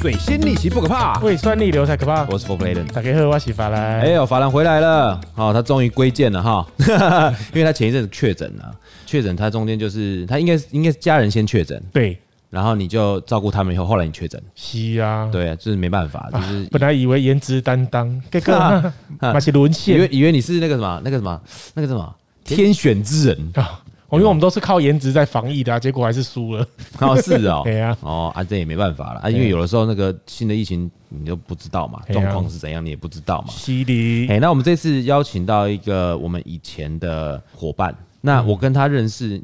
水仙逆袭不可怕。胃酸逆流才可怕。我是 For Playden。打开喝我洗发啊哎来，呦，法兰回来了，哦，他终于归建了哈， 因为他前一阵子确诊了，确诊他中间就是他应该是应该是家人先确诊，对，然后你就照顾他们以后，后来你确诊，吸啊，对嗯啊，就是没办法，就啊是本来以为颜值担当，哥哥啊马些沦以为陷，以为你是那个什么那个什么那个什么天选之人 啊，我因为我们都是靠颜值在防疫的啊，结果还是输了。哦是哦对啊，哦啊这也没办法了啊，因对为啊有的时候那个新的疫情你都不知道嘛，对啊状况是怎样你也不知道嘛，犀利哎、那我们这次邀请到一个我们以前的伙伴，那我跟他认识，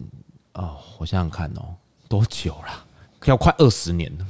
哦，我想想看哦，多久了？要快二十年了。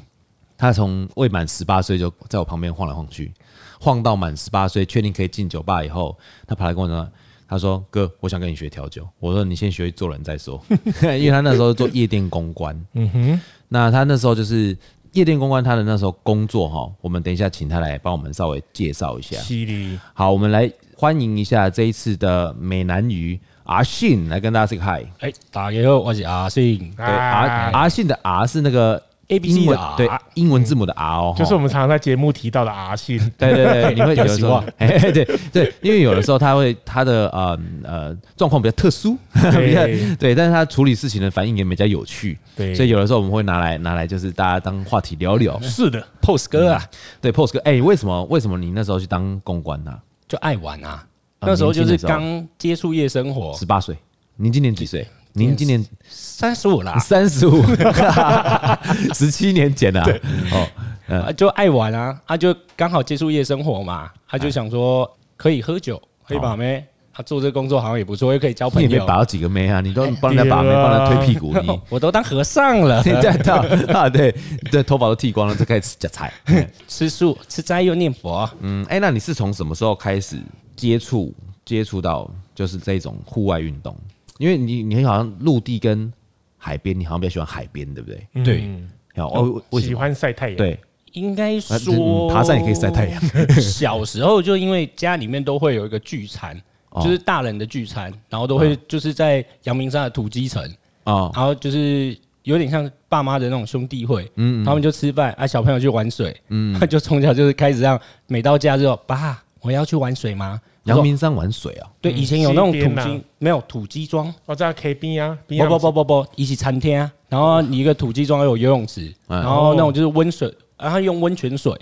他从未满十八岁就在我旁边晃来晃去，晃到满十八岁，确定可以进酒吧以后，他跑来跟我说：“他说哥，我想跟你学调酒。”我说：“你先学会做人再说。” 因为他那时候做夜店公关，嗯哼，那他那时候就是夜店公关，他的那时候工作哈，我们等一下请他来帮我们稍微介绍一下。犀利，好，我们来欢迎一下这一次的美男鱼阿信来跟大家 say 个 hi。哎、大家好，我是阿信。对，啊阿哎阿信的 R 是那个 A B 英 C 文的 R 对英文字母的 R 哦，就是我吼们常常在节目提到的阿信，对对对，你会有的时候不要， 哎对对，因为有的时候他会他的呃呃状况比较特殊， 比较对对，但是他处理事情的反应也比较有趣，对所以有的时候我们会拿来拿来就是大家当话题聊 聊。是的， ，Pose 哥啊，对，Pose 哥，哎，为什么为什么你那时候去当公关呢？就爱玩啊。啊那时候就年轻是的时候刚接触夜生活十，八岁，您今年几岁？您今年三十五 啦，三十 五，十七年前啊。哦，啊就爱玩啊，啊就刚好接触夜生活嘛，他就想说可以喝酒，可以把妹，他做这工作好像也不错，又可以交你朋也没友啊哦把，到几个妹啊？你都帮人家把妹，帮人家推屁股， 你我都当和尚了，你这样到 啊？对，对，头发都剃光了，就开始吃假菜。 吃素吃斋又念佛，嗯，哎，那你是从什么时候开始接触接触到就是这种户外运动？因为你你好像陆地跟海边，你好像比较喜欢海边，对不 对？对嗯哦，为什喜么？欢晒太阳，对，应该嗯说爬山也可以晒太阳。 小时候就因为家里面都会有一个聚餐，哦就是大人的聚餐，然后都会就是在阳明山的土鸡城。哦，然后就是有点像爸妈的那种兄弟会，嗯他们就吃饭，啊，小朋友去玩水， 嗯，就从小就是开始让每到假日，爸，我要去玩水吗？阳我说明山玩水啊，对，以前有那种西边土啊鸡，没有土鸡庄，我在 K B 啊，不不不不不不，一起餐厅啊，然后你一个土鸡庄有游泳池，嗯然后那种就是温水，然后用温泉水，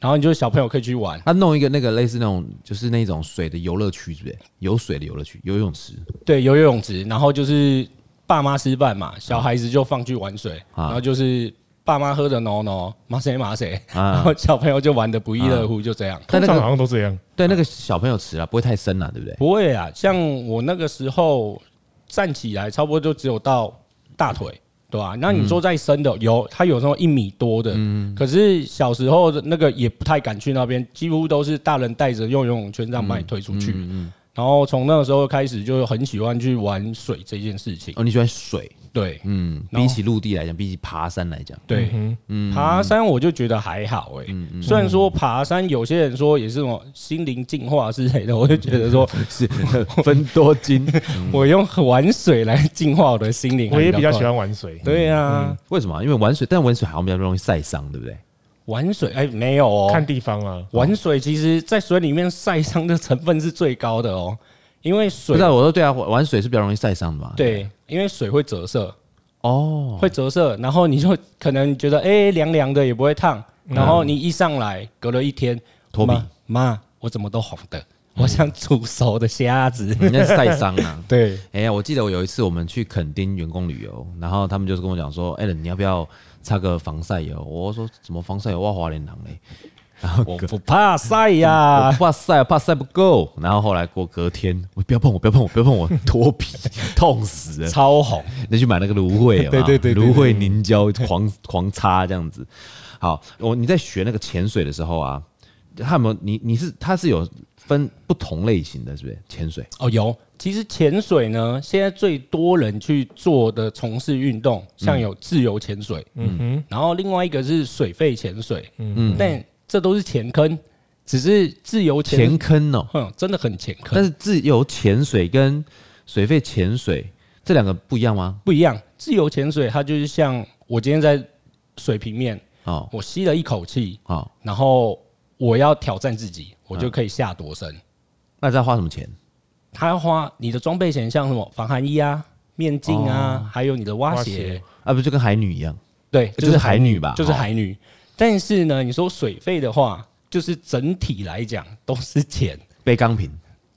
然后你就小朋友可以去玩，他弄一个那个类似那种，就是那种水的游乐区，是不是？有水的游乐区，游泳池。对，游游泳池，然后就是爸妈吃饭嘛，小孩子就放去玩水，啊然后就是爸妈喝的 no no，骂谁骂谁，啊 然后小朋友就玩的不亦乐乎，就这样。但通那常个好像都这样，对那个小朋友池啊，不会太深啊，对不对？不会啊，像我那个时候站起来，差不多就只有到大腿，对吧、那你嗯说再深的，有它有时候一米多的，可是小时候的那个也不太敢去那边，几乎都是大人带着用游泳圈这样把你嗯推出去。然后从那个时候开始，就很喜欢去玩水这件事情。哦，你喜欢水，对，嗯，然比后起陆地来讲，比起爬山来讲，对，嗯嗯爬山我就觉得还好哎、虽然说爬山有些人说也是什么心灵净化之类的，我就觉得说 是嗯分多金。我用玩水来净化我的心灵，我也比较喜快。欢玩水，对啊， 为什么啊？因为玩水，但玩水好像比较容易晒伤，对不对？玩水哎、没有哦看，地方啊，玩水其实在水里面晒伤的成分是最高的哦，因为不水知道，我说对啊，玩水是比较容易晒伤的嘛。，对，因为水会折射，哦，会折射，然后你就可能觉得哎凉凉的也不会烫，然后你一上来隔了一天，脱皮妈妈，我怎么都红的，我想煮熟的虾子。。你那是晒伤啊 对，哎呀，我记得我有一次我们去垦丁员工旅游，然后他们就是跟我讲说，艾伦，你要不要擦个防晒油？我说怎么防晒油？哇，华莲堂嘞。我不怕晒欸呀、我怕晒，怕晒不够。然后后来过隔天，我不要碰我，不要碰我，不要碰我， 脱皮，痛死了。超红。 那去买那个芦荟有没有，对对对对芦荟凝胶狂 狂擦这样子。好，我你在学那个潜水的时候啊，他有没有你你是它是有分不同类型的，是不是？潜水哦，有。其实潜水呢，现在最多人去做的从事运动，像有自由潜水，嗯哼，然后另外一个是水肺潜水，嗯，但这都是潜坑，只是自由潜，潜坑哦、哼，真的很潜坑，但是自由潜水跟水肺潜水这两个不一样吗？不一样。自由潜水它就是像我今天在水平面，哦我吸了一口气，哦，然后我要挑战自己，我就可以下多嗯深。那在花什么钱？他要花你的装备钱，像什么防寒衣啊、面镜哦啊，还有你的蛙蛙鞋鞋，啊，不就跟海女一样？对，欸就是海女吧就是哦海女。但是呢，你说水费的话，就是整体来讲都是钱。背钢瓶，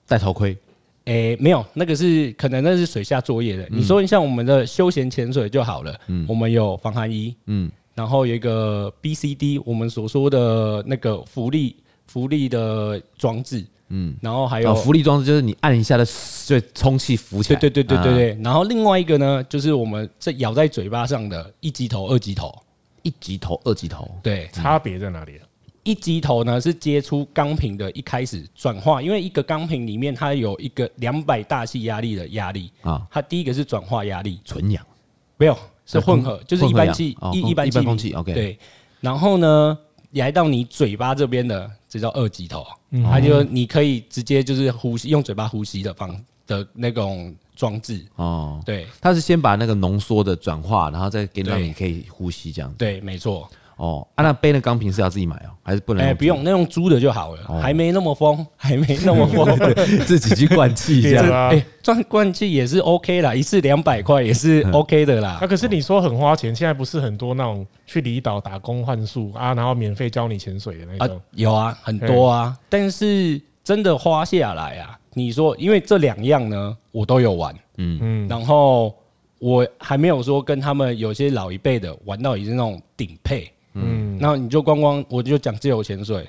戴头盔，诶、没有，那个是可能那是水下作业的。嗯你说像我们的休闲潜水就好了，我们有防寒衣，嗯，然后有一个 BCD，我们所说的那个浮力浮力的装置，嗯，然后还有、哦，浮力装置就是你按一下的，就充气浮起对来。对对对对啊，对，然后另外一个呢，就是我们这咬在嘴巴上的一级头、二级头，一级头、二级头，对，差别在哪里啊？一级头呢是接触钢瓶的一开始转化，因为一个钢瓶里面它有一个两百大气压力的压力啊它第一个是转化压力，纯氧没有是混合，就是一般气呃混合氧哦一空一般一般气空气，OK 对，然后呢来到你嘴巴这边的，这叫二级头，它就你可以直接就是呼吸，用嘴巴呼吸的方的那种装置，哦。对它是先把那个浓缩的转化，然后再给让对你可以呼吸这样子。对，没错，哦，啊，那背那钢瓶是要自己买哦，还是不能？哎、不用，那用租的就好了，哦还没那么疯，还没那么疯。 自己去灌气一 下对。啊哎、，赚灌气也是 OK 啦，一次两百块 也是 OK 的啦啊，。可是你说很花钱，现在不是很多那种去离岛打工换宿啊，然后免费教你潜水的那啊种，，有啊，很多啊，但是真的花下来啊，你说，因为这两样呢，我都有玩，嗯，然后我还没有说跟他们有些老一辈的玩到已经那种顶配，嗯，那你就光光我就讲自由潜水，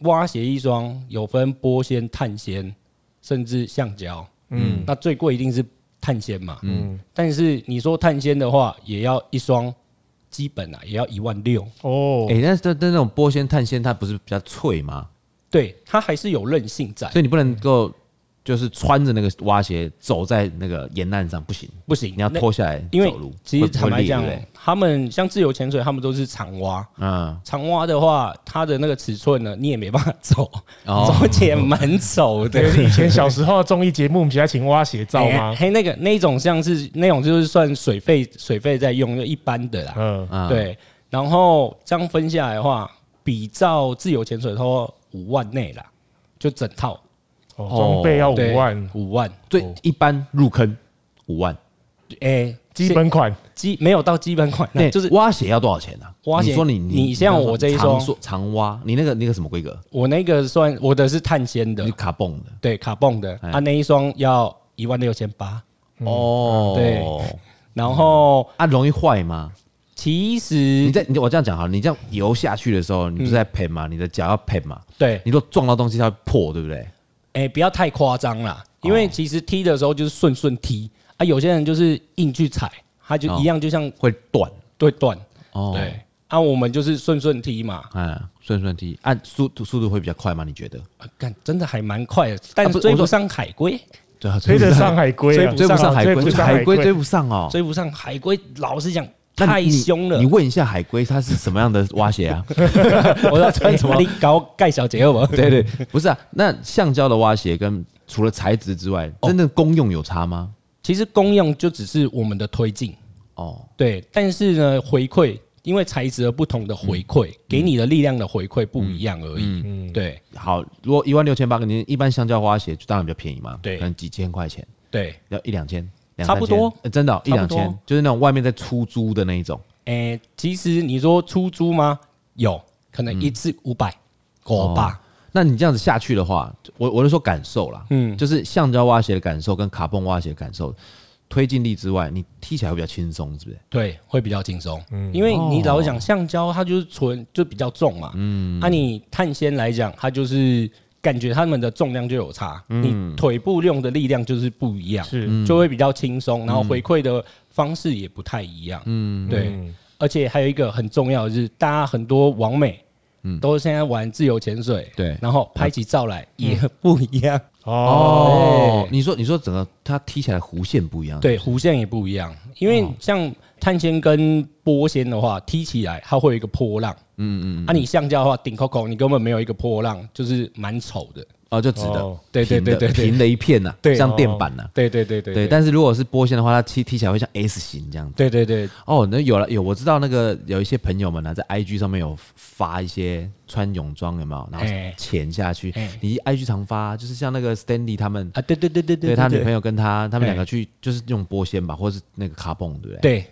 蛙鞋一双有分玻纤、碳纤，甚至橡胶，嗯，那最贵一定是碳纤嘛，嗯，但是你说碳纤的话，也要一双基本啊，也要一万六，哦，哎，那那那种玻纤碳纤，它不是比较脆吗？对，它还是有韧性在所，以你不能够就是穿着那个蛙鞋走在那个沿岸上，不行，不行，你要那脱下来因为走路。其实会坦白讲哦会裂对不对，他们像自由潜水，他们都是长蛙。嗯，长蛙的话，它的那个尺寸呢，你也没办法走，哦走起来蛮丑 的哎对，。以前小时候的综艺节目，我们喜欢请蛙鞋照 吗？嘿，那个那种像是那种就是算水费水费在用，就一般的啦。嗯，嗯，对，然后这样分下来的话，比照自由潜水的话，五万内啦，就整套哦装备要对五万，五万。最一般入坑五万，哎，基本款基没有到基本款，那那就是蛙鞋要多少钱啊？蛙鞋你说你你像我这一双长长蛙，你那个那个什么规格？我那个算我的是碳纤的你，卡蹦的对，卡泵的，哎啊，那一双要一万六千八，嗯哦，对，然后啊，容易坏吗？其你实在你我这样讲好了，你这样游下去的时候，你不是在喷嘛？你的脚要喷嘛？对，你如果撞到东西，它会破，对不对？哎，不要太夸张啦，哦因为其实踢的时候就是顺顺踢，啊，有些人就是硬去踩，他就哦一样，就像会断对断，哦。对，啊，我们就是顺顺踢嘛，哎，顺顺踢，按、速度速度会比较快吗？你觉得？啊干真的还蛮快的，但啊不是追我不说上海龟，对啊， 追得上海龟啊，追不上海追龟，不海上海龟龟追不上哦。追不上海龟，老实讲那你太凶了你！你。问一下海龟，它是什么样的 蛙鞋啊？ 我 说穿什么？你搞盖小姐好不好？对对，不是啊。那橡胶的蛙鞋跟除了材质之外，真的功用有差吗？其实功用就只是我们的推进。哦，对，但是呢，回馈因为材质而不同的回馈，给你的力量的回馈不一样而已。对好，如果一万六千八，肯定一般橡胶蛙鞋就当然比较便宜嘛，对可能几千块钱，对，要一两千，两差不多三千呃真的哦一差两不多千，就是那种外面在出租的那一种，诶、其实你说出租吗？有可能一次五百、五百哦。那你这样子下去的话，我我是说感受啦，嗯，就是橡胶蛙鞋的感受跟卡蹦蛙鞋的感受，推进力之外，你踢起来会比较轻松，是不是？对，会比较轻松，因为你老实讲橡胶它就是纯就比较重嘛，嗯，那、你碳纤来讲，它就是感觉它们的重量就有差，你腿部用的力量就是不一样，是就会比较轻松，然后回馈的方式也不太一样，嗯，对，而且还有一个很重要的是，大家很多网美，嗯，都现在玩自由潜水，对然后拍起照来也不一样，哦，哦，你说你说整个它踢起来弧线不一样，对，弧线也不一样，因为像碳纤跟玻纤的话，踢起来它会嗯有一个波浪。嗯嗯。啊，你橡胶的话，顶扣扣，你根本没有一个波浪，就是蛮丑的。哦，就直的哦，对对平的对对对平的一片呐，对像垫板呐，啊对对对对对。但是如果是波线的话，它踢踢起来会像 S 型这样子。对对对哦，那有了有，我知道那个有一些朋友们呢、啊在 IG 上面有发一些穿泳装有没有，然哎后潜下去。哎你 IG 常发，就是像那个 Stanley 他们，啊，对对对对对他女朋友跟他他们哎两个去，就是用波线吧，或者是那个卡蹦，对不对？，对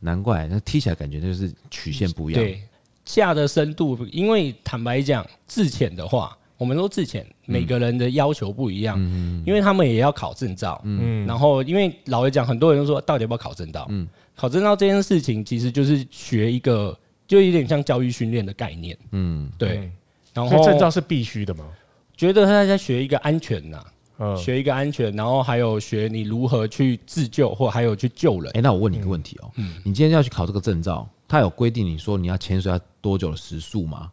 难怪那踢起来感觉就是曲线不一样。对下的深度，因为坦白讲，自潜的话，我们说自潜，每个人的要求不一样，嗯因为他们也要考证照，嗯，然后因为老实讲，很多人都说到底要不要考证照，嗯，考证照这件事情其实就是学一个，就有点像教育训练的概念，嗯，对，然所以证照后是必须的嘛？觉得他在学一个安全呐、嗯，学一个安全，然后还有学你如何去自救，或还有去救人哎、。那我问你一个嗯问题哦，你今天要去考这个证照，它有规定你说你要潜水要多久的时速吗？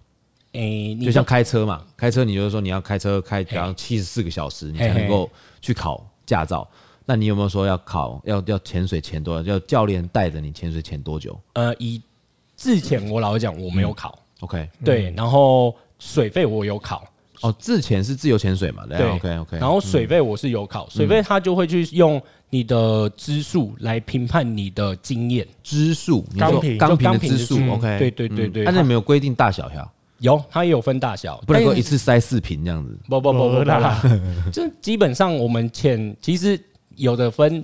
诶、你就像就开车嘛，开车你就是说你要开车开，然后七十四个小时，你才能够去考驾照。那你有没有说要考要要潜水潜多久？要教练带着你潜水潜多久呃，以自潜我老实讲我没有考， ？OK，嗯对，然后水费我有考，哦，自潜是自由潜水嘛？对啊嗯对 o k OK。然后水费我是有考，水费他就会去用你的支数来评判你的经验，支数，你钢说瓶钢就瓶的钢瓶支的数支数，OK，嗯对对对对哎但是没有规定大小呀，有它也有分大小，不能够但一是次塞四瓶这样子。不不不不不不 啦啦，这基本上我们潜其实有的分。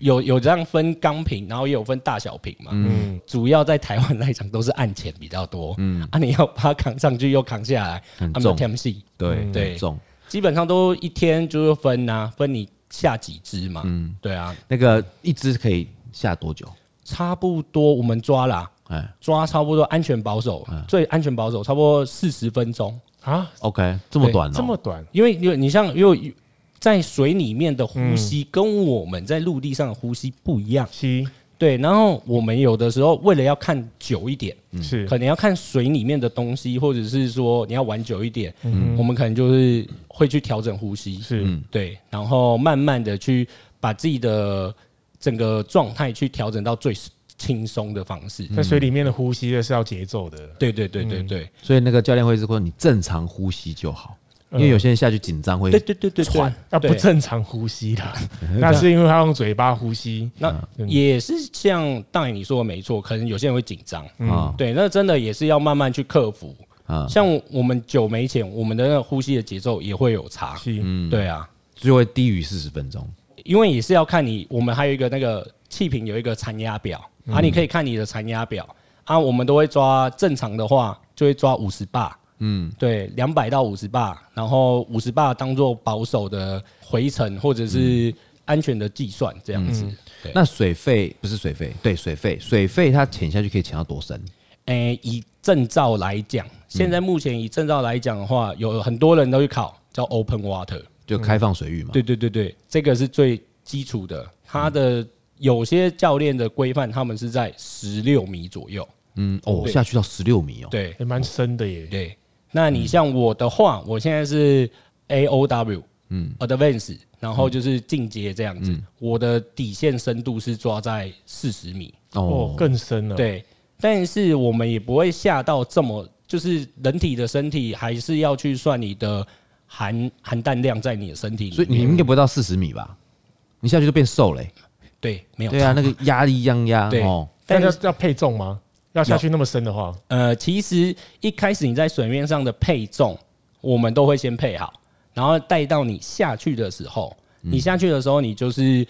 有有这样分钢瓶，然后也有分大小瓶嘛。嗯，主要在台湾来讲都是岸潜比较多。嗯，啊，你要把它扛上去又扛下来，很啊没有重天气对对很重。基本上都一天就是分呐、分你下几只嘛。嗯，对啊，那个一支可以下多久？差不多我们抓啦，哎抓差不多安全保守，最安全保守差不多四十分钟，啊， ，OK，这么对短哦，这么短，因为你你像因为在水里面的呼吸跟我们在陆地上的呼吸不一样，七对，然后我们有的时候为了要看久一点，是可能要看水里面的东西，或者是说你要玩久一点，我们可能就是会去调整呼吸，是，对，然后慢慢的去把自己的整个状态去调整到最轻松的方式。在水里面的呼吸是要节奏的，对对对对对，所以那个教练会是说你正常呼吸就好，因为有些人下去紧张会嗯对对对啊对对，那不嗯对正常呼 吸啦，那是因为他用嘴巴呼吸，那也是像大爷你说的没错，可能有些人会紧张，啊对，那真的也是要慢慢去克服。啊，像我们久没潜，我们的那个呼吸的节奏也会有差，是嗯对啊，就会低于四十分钟。因为也是要看你，我们还有一个那个气瓶有一个残压表啊，你可以看你的残压表啊，我们都会抓正常的话就会抓五十八，嗯，对，两百到五十八，然后五十八当做保守的回程或者是安全的计算这样子。对那水费不是水费，对水费，水费它潜下去可以潜到多深？诶、以证照来讲，现在目前以证照来讲的话，有很多人都去考叫 Open Water，就开放水域嘛。对对对对，嗯这个是最基础的。它的有些教练的规范，他们是在十六米左右。嗯，哦，对下去到十六米哦。对也蛮深的耶，对，那你像我的话，我现在是 A O W，嗯，Advance，然嗯后就是进阶这样子。我的底线深度是抓在四十米。哦哦，，更深了，，对，但是我们也不会下到这么，就是人体的身体还是要去算你的含含氮量在你的身体里面，所以你应该不会到四十米吧？你下去就变瘦嘞、对没有对啊，那个压力央压对哦，但但要是要配重吗？要下去那么深的话，呃，其实一开始你在水面上的配重，我们都会先配好，然后带到你下去的时候，你下去的时候，你就是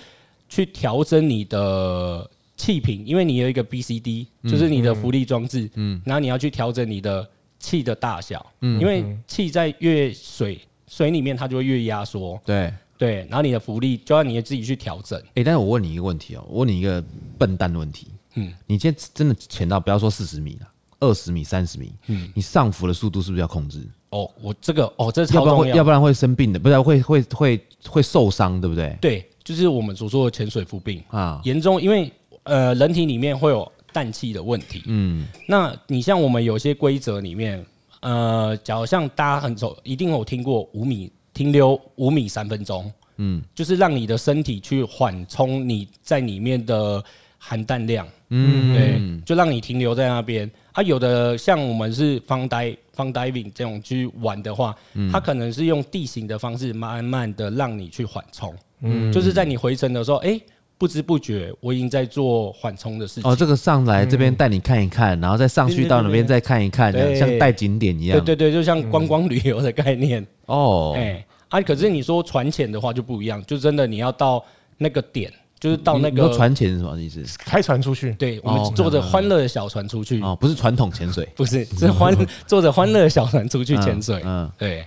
去调整你的气瓶，因为你有一个 BCD，就是你的浮力装置，嗯，然后你要去调整你的气的大小，嗯，因为气在越水水里面它就会越压缩，对。对，然后你的浮力就要你自己去调整，哎、但是我问你一个问题哦，我问你一个笨蛋的问题。嗯，你今天真的潜到不要说四十米了，二十米、三十米，嗯，你上浮的速度是不是要控制？哦，我这个哦，这要超不然重会要要，不然会生病的，不然会会会会受伤，对不对？对，就是我们所说的潜水浮病。啊，严重，因为呃，人体里面会有氮气的问题。嗯，那你像我们有些规则里面，呃，假如像大家很熟，一定有听过五米停留五米三分钟，嗯，就是让你的身体去缓冲你在里面的含嗯氮量，嗯，对，就让你停留在那边。啊，有的像我们是方呆放 diving 这种去玩的话，嗯它可能是用地形的方式，慢慢的让你去缓冲。嗯，就是在你回程的时候，哎、不知不觉我已经在做缓冲的事情。哦，这个上来这嗯边带你看一看，然后再上去到那边再看一看，这样对像带景点一样。嗯对对对，就像观光旅游的概念。哦，哎、啊，可是你说船潜的话就不一样，就真的你要到那个点，就是到你那你说个，船哦潜是什么意思？开船出去，对我们坐着欢乐的小船出去，哦，不是传统潜水。不是是 欢坐着欢乐的小船出去潜水。嗯嗯对，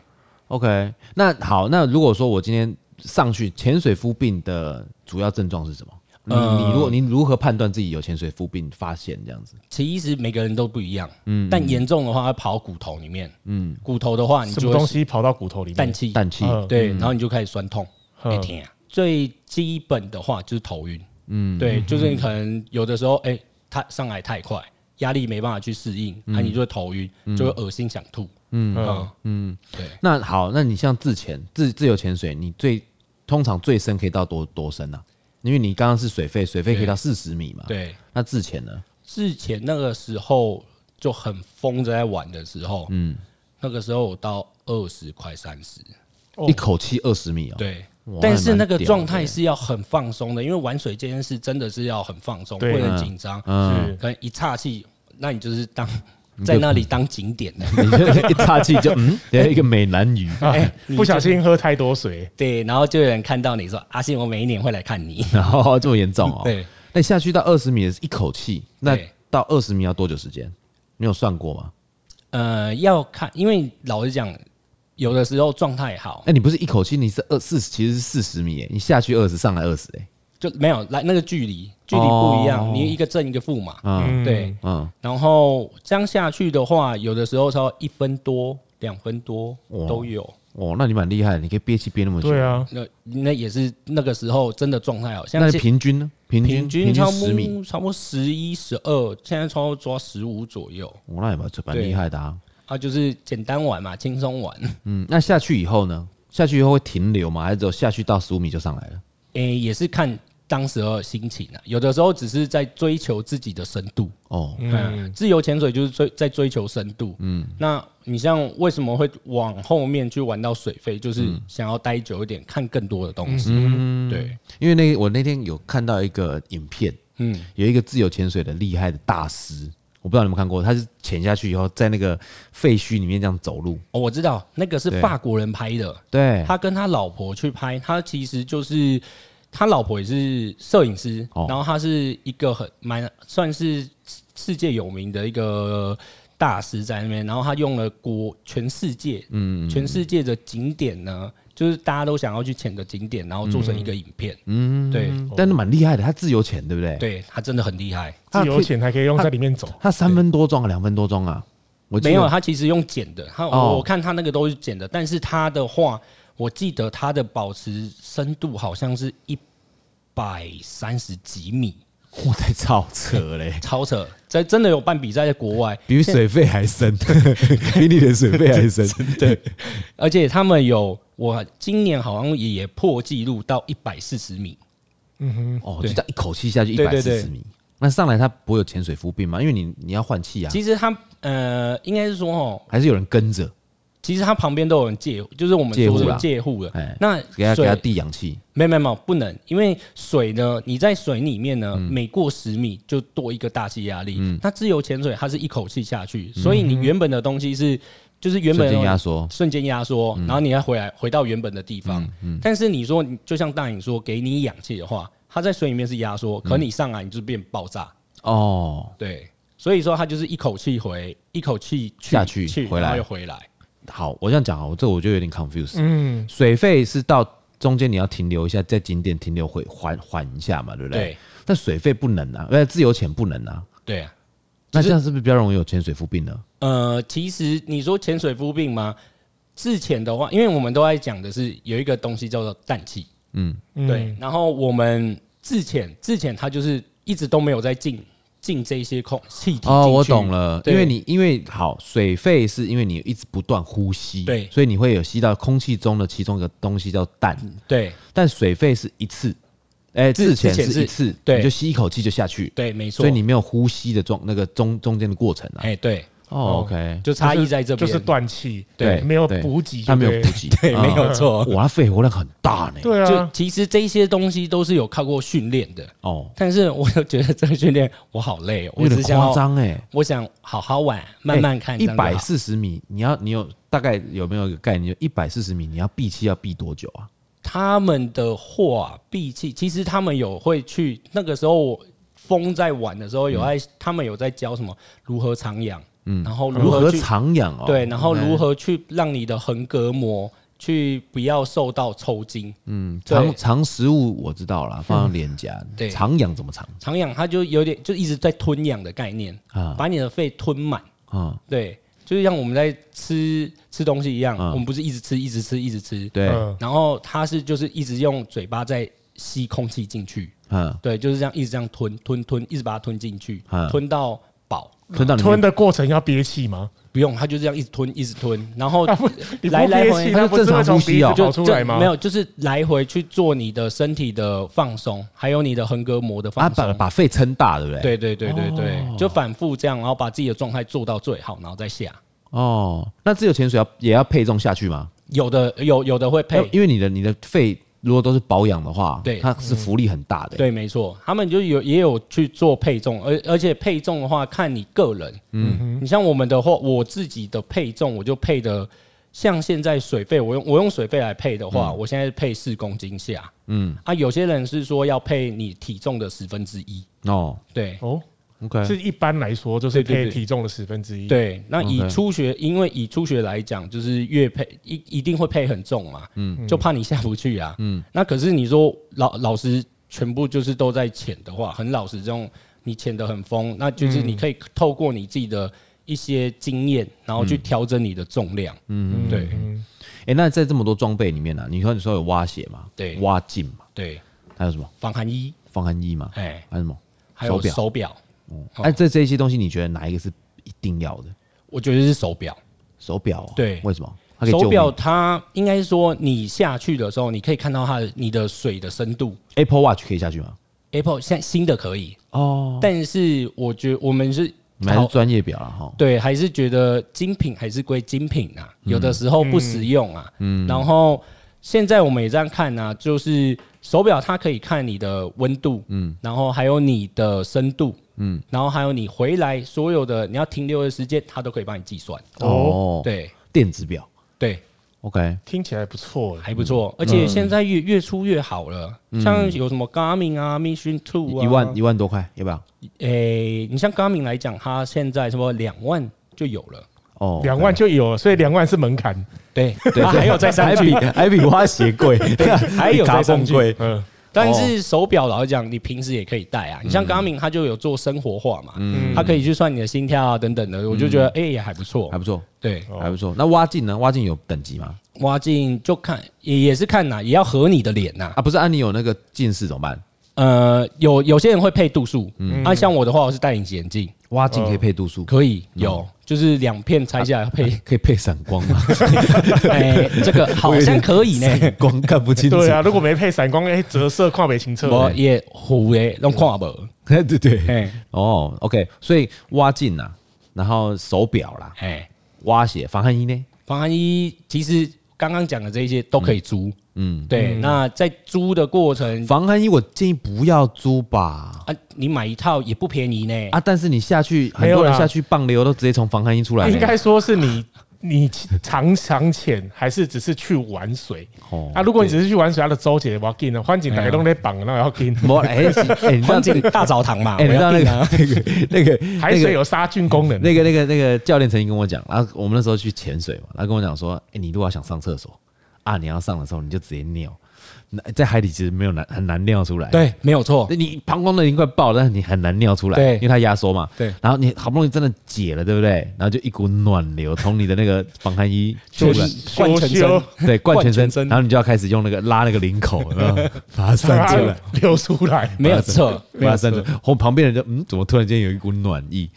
OK，那好，那如果说我今天上去潜水夫病的主要症状是什么？你呃你如果你如何判断自己有潜水夫病，发现这样子？其实每个人都不一样，嗯但严重的话它跑骨头里面，嗯，骨头的话你什就么会东西跑到骨头里氮面？气，氮气、嗯对，然后你就开始酸痛，嗯哎天啊！最基本的话就是头晕，嗯，对，就是你可能有的时候，哎，它上来太快，压力没办法去适应，那你就会头晕，就会恶心想吐，嗯，那好，那你像自潜自自由潜水，你最通常最深可以到多多深啊？因为你刚刚是水肺，水肺可以到四十米啊嘛。。对。那自潜呢？之前那个时候就很疯着在玩的时候，嗯，那个时候我到二十快三十，一口气二十米哦、对哇。但是那个还蛮屌的状态是要很放松的，因为玩水这件事真的是要很放松，不对啊能紧张。嗯可能一岔气，那你就是当在那里当景点的。你 就一岔气就嗯，哎等下一个美男鱼。啊不小心喝太多水，对，然后就有人看到你说：“阿信，我每一年会来看你。然后这么严重哦、” 对，那下去到二十米也是一口气，那对到二十米要多久时间？你有算过吗？呃，要看，因为老实讲，有的时候状态好哎那、你不是一口气，你是二四十，其实是四十米耶，你下去二十，上来二十，哎，就没有来那个距离，距离不一样，哦你一个正一个负嘛。嗯嗯对，嗯，然后这样下去的话，有的时候超一分多、两分多哇都有。哦，那你蛮厉害的，你可以憋气憋那么久。对，啊，那那也是那个时候真的状态好，像那现你平均呢？平均平均超十米，差不多十一、十二，现在超抓十五左右我、哦、那也蛮蛮厉害的啊。啊，就是简单玩嘛，轻松玩。嗯，那下去以后呢？下去以后会停留吗？还是只有下去到十五米就上来了？诶、也是看当时的心情啊，有的时候只是在追求自己的深度。哦，嗯，自由潜水就是追在追求深度。嗯，那你像为什么会往后面去玩到水肺，就是想要待久一点，看更多的东西。对，嗯因为那我那天有看到一个影片，嗯，有一个自由潜水的厉害的大师，我不知道你们有没有看过，他是潜下去以后，在那个废墟里面这样走路，哦，我知道那个是对法国人拍的，对，他跟他老婆去拍，他其实就是他老婆也是摄影师，哦然后他是一个很蛮算是世界有名的一个大师在那边，然后他用了国全世界，嗯，全世界的景点呢，就是大家都想要去潜的景点，然后做成一个影片，嗯，对但是蛮厉害的，他自由潜，对不对？，对，他真的很厉害。他自由潜还可以用在里面走，他三分多钟啊，两分多钟啊，我记没得有，他其实用剪的，他、哦我看他那个都是剪的，但是他的话，我记得他的保持深度好像是一百三十几米， 我在造车 嘞，超扯！在真的有办比赛在国外，比水费还深， 比你的水费还深，对，而且他们有我今年好像也破纪录到一百四十米，哦，对就这样一口气下去一对百对四对十米，那上来他不会有潜水夫病吗？因为你你要换气啊，其实他呃，应该是说哦，还是有人跟着，其其实他旁边都有人借，就是我们说借护啦的借护了哎。那给他给他水递氧气，没有没有没有，不能，因为水呢，你在水里面呢，嗯每过十米就多一个大气压力。那自由潜水它是一口气下去，所以你原本的东西是，就是原本嗯瞬的间压缩，嗯瞬间压缩，然后你要回来回到原本的地方。但是你说，你就像大影说，给你氧气的话，它在水里面是压缩，嗯可你上来你就变爆炸。哦，对，所以说它就是一口气回，一口气去下去回来然后又回来。好，我这样讲啊，我这我就有点 confused。嗯，水费是到中间你要停留一下，在景点停留会缓缓一下嘛，对不对？对但水费不能啊，呃，自由潜不能啊，对啊，那这样是不是比较容易有潜水夫病呢？呃，其实你说潜水夫病吗？自潜的话，因为我们都在讲的是有一个东西叫做氮气，嗯对。，然后我们自潜，自潜它就是一直都没有在进进这些空气体哦，进我去懂，了，对因为你因为好水肺是因为你一直不断呼吸，对所以你会有吸到空气中的其中一个东西叫氮，对但水肺是一次，哎，嗯自自潜自潜是一是次，对你就吸一口气就下去，对，没错。所以你没有呼吸的状那个中中间的过程啊，哎、对，哦，OK，就差异在这边，就是断气，对没有对补给，他没有对补给， 对，啊没有错。哇，他肺活量很大呢。对就啊，其实这些东西都是有靠过训练的，哦，但是我就觉得这个训练我好累，哦，我有只点想夸要，张哎。我想好好玩，慢慢看这一样就好。百四十米，你要你有大概有没有一个概念？一百四十米，你要闭气要闭多久啊？他们的话，闭气，其实他们有会去那个时候我风在玩的时候，有嗯在、他们有在教什么如何长氧，嗯，然后如如何何去长氧哦？对，然后如 OK 何去让你的横膈膜去不要受到抽筋。嗯对嗯长长食物我知道了，放到脸颊。对长氧怎么长长氧它就有点就一直在吞氧的概念，啊？把你的肺吞满。啊，对，就是像我们在吃吃东西一样，嗯我们不是一直吃，一直吃，一直吃。对，嗯然后它是就是一直用嘴巴在吸空气进去，嗯，对，就是这样一直这样吞吞吞，一直把它吞进去，嗯吞到饱。吞到你吞的过程要憋气吗？不用，它就这样一直吞，一直吞，然后 你不来来憋回气，它它就不是会正常从呼吸鼻哦子就跑出来就吗？没有，就是来回去做你的身体的放松，还有你的横膈膜的啊，放松。把把哦肺撑大，对不对？，对对对对对，就反复这样，然后把自己的状态做到最好，然后再下。哦，那自由潜水要也要配重下去吗？有的有有的会配，因为你的你的肺如果都是保养的话，对嗯它是浮力很大的。对，没错，他们就有也有去做配重，而而且配重的话看你个人，嗯，你像我们的话，我自己的配重我就配的，像现在水费，我用我用水费来配的话，我现在是配四公斤下，嗯，啊，有些人是说要配你体重的十分之一，哦对哦， ，OK，是一般来说就是对对配对体重的十分之一。，对，那以 OK 初学，因为以初学来讲，就是越配一一定会配很重嘛，嗯，就怕你下不去啊，嗯，那可是你说老老师全部就是都在潜的话，很老实这种，你潜的很疯，那就是你可以透过你自己的一些经验，然后去嗯调整你的重量，嗯，对嗯，哎，那在这么多装备里面呢，你说你说有蛙鞋嘛？对蛙镜嘛，对，还有什么防寒衣，防寒衣嘛？哎，还有什么？还有手表手表，哎、这这些东西，你觉得哪一个是一定要的？我觉得是手表，手表、哦？对为什么？它可以救手命表它应该是说你下去的时候，你可以看到它的你的水的深度。 Apple Watch 可以下去吗？ Apple 现在新的可以，哦，但是我觉我们是你们还是好专业表了哈。对，还是觉得精品还是归精品啊，嗯有的时候不实用啊。然后现在我们也这样看呢、啊，就是手表它可以看你的温度，嗯，然后还有你的深度，嗯，然后还有你回来所有的你要停留的时间，它都可以帮你计算。哦，，对电子表对， ，OK，听起来不错，欸还不错，嗯而且现在越越出越好了，像有什么 Garmin 啊、Mission Two 啊，一万一万多块，要不要？诶、你像 Garmin 来讲，它现在什么两万就有了。哦，两啊万就有了，所以两万是门槛。 对，对，它还有再上还比去，还比蛙鞋 贵， 还 有再上更去。哦贵。嗯，但是手表老实讲，你平时也可以戴嗯啊。你像 Garmin，它就有做生活化嘛，它可以去算你的心跳啊等等的，我就觉得哎也还不错嗯还。不错，对，还不错。那蛙镜呢？蛙镜有等级吗？挖镜就看也也是看呐，也要合你的脸呐。啊，不是，啊，你有那个近视怎么办？呃，有有些人会配度数，嗯啊，像我的话，我是戴隐形眼镜，蛙镜可以配度数，哦可以有，就是两片拆下 来配，可以配闪光 吗？哎，这个好像可 以呢。光看不清楚。对啊，如果没配闪光，哎，折射跨北行车，我也糊诶，弄看无，对对对。嘿，哦，OK，所以蛙镜呐，然后手表啦，嘿，蛙鞋、防寒衣呢？防寒衣其实刚刚讲的这些都可以租，嗯，对。那在租的过程防寒衣我建议不要租吧。啊，你买一套也不便宜呢，啊！但是你下去，很没有多啦人下去棒流都直接从防寒衣出来呢。应该说是你你常常潜还是只是去玩水哦啊？如果你只是去玩水，它的周节我要啊进了，换哎景台都在绑，那我要进。没哎哎，你知道环这境个？大澡堂嘛，哎，我你知道要那订个啊， 那个那个海水有杀菌功能，那个那个那个教练曾经跟我讲，然后我们那时候去潜水嘛，他跟我讲说，哎、你如果要想上厕所啊，你要上的时候你就直接尿，那在海底其实没有难很难尿出来，，对，没有错，你膀胱都已经快爆了，但是你很难尿出来，对因为它压缩嘛，对，然后你好不容易真的解了，对不对？然后就一股暖流 从你的那个防寒衣出就来。是灌全身羞，对，灌灌全身全，身然后你就要开始用那个拉那个领口， 然后把它散出来，啊流出来，没有错，把它散出来。后旁边人就嗯，怎么突然间有一股暖意？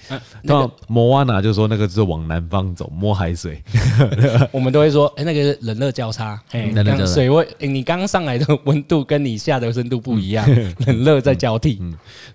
然后摩瓦娜就说那个就是往南方走，摸海水。 我们都会说，哎，那个冷热交叉，哎，嗯冷热交叉刚水位，哎你刚上来的温嗯度跟你下的深度不一样，冷热在交替，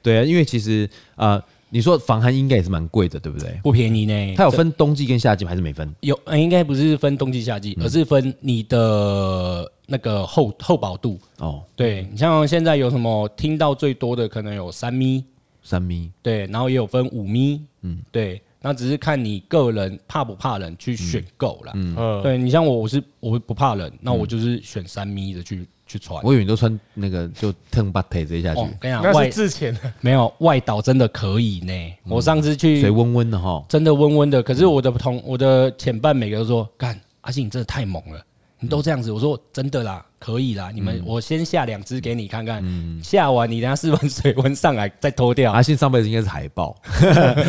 对啊，因为其实啊、呃你说防寒衣应该也是蛮贵的，对不对？不便宜呢。它有分冬季跟夏季吗还是没分？有，呃应该不是分冬季夏季，嗯而是分你的那个厚厚薄度。哦，对你像现在有什么听到最多的，可能有三米，三米，对，然后也有分五米，嗯，对，那只是看你个人怕不怕冷去选购啦。嗯，呃，对你像我，我是我不怕冷，那我就是选三米的去去穿。我以为你都穿那个就 turn b u t t 直接下去哦，，跟你讲，那外是之前的，没有外岛真的可以呢。我上次去水温温的哈。真的温温的。可是我的同我的前伴每个都说，干阿信你真的太猛了，你都这嗯样子。我说真的啦，可以啦，你们我先下两只给你看看，嗯下完你等下试完水温上来再脱掉啊阿，信啊上辈子应该是海豹，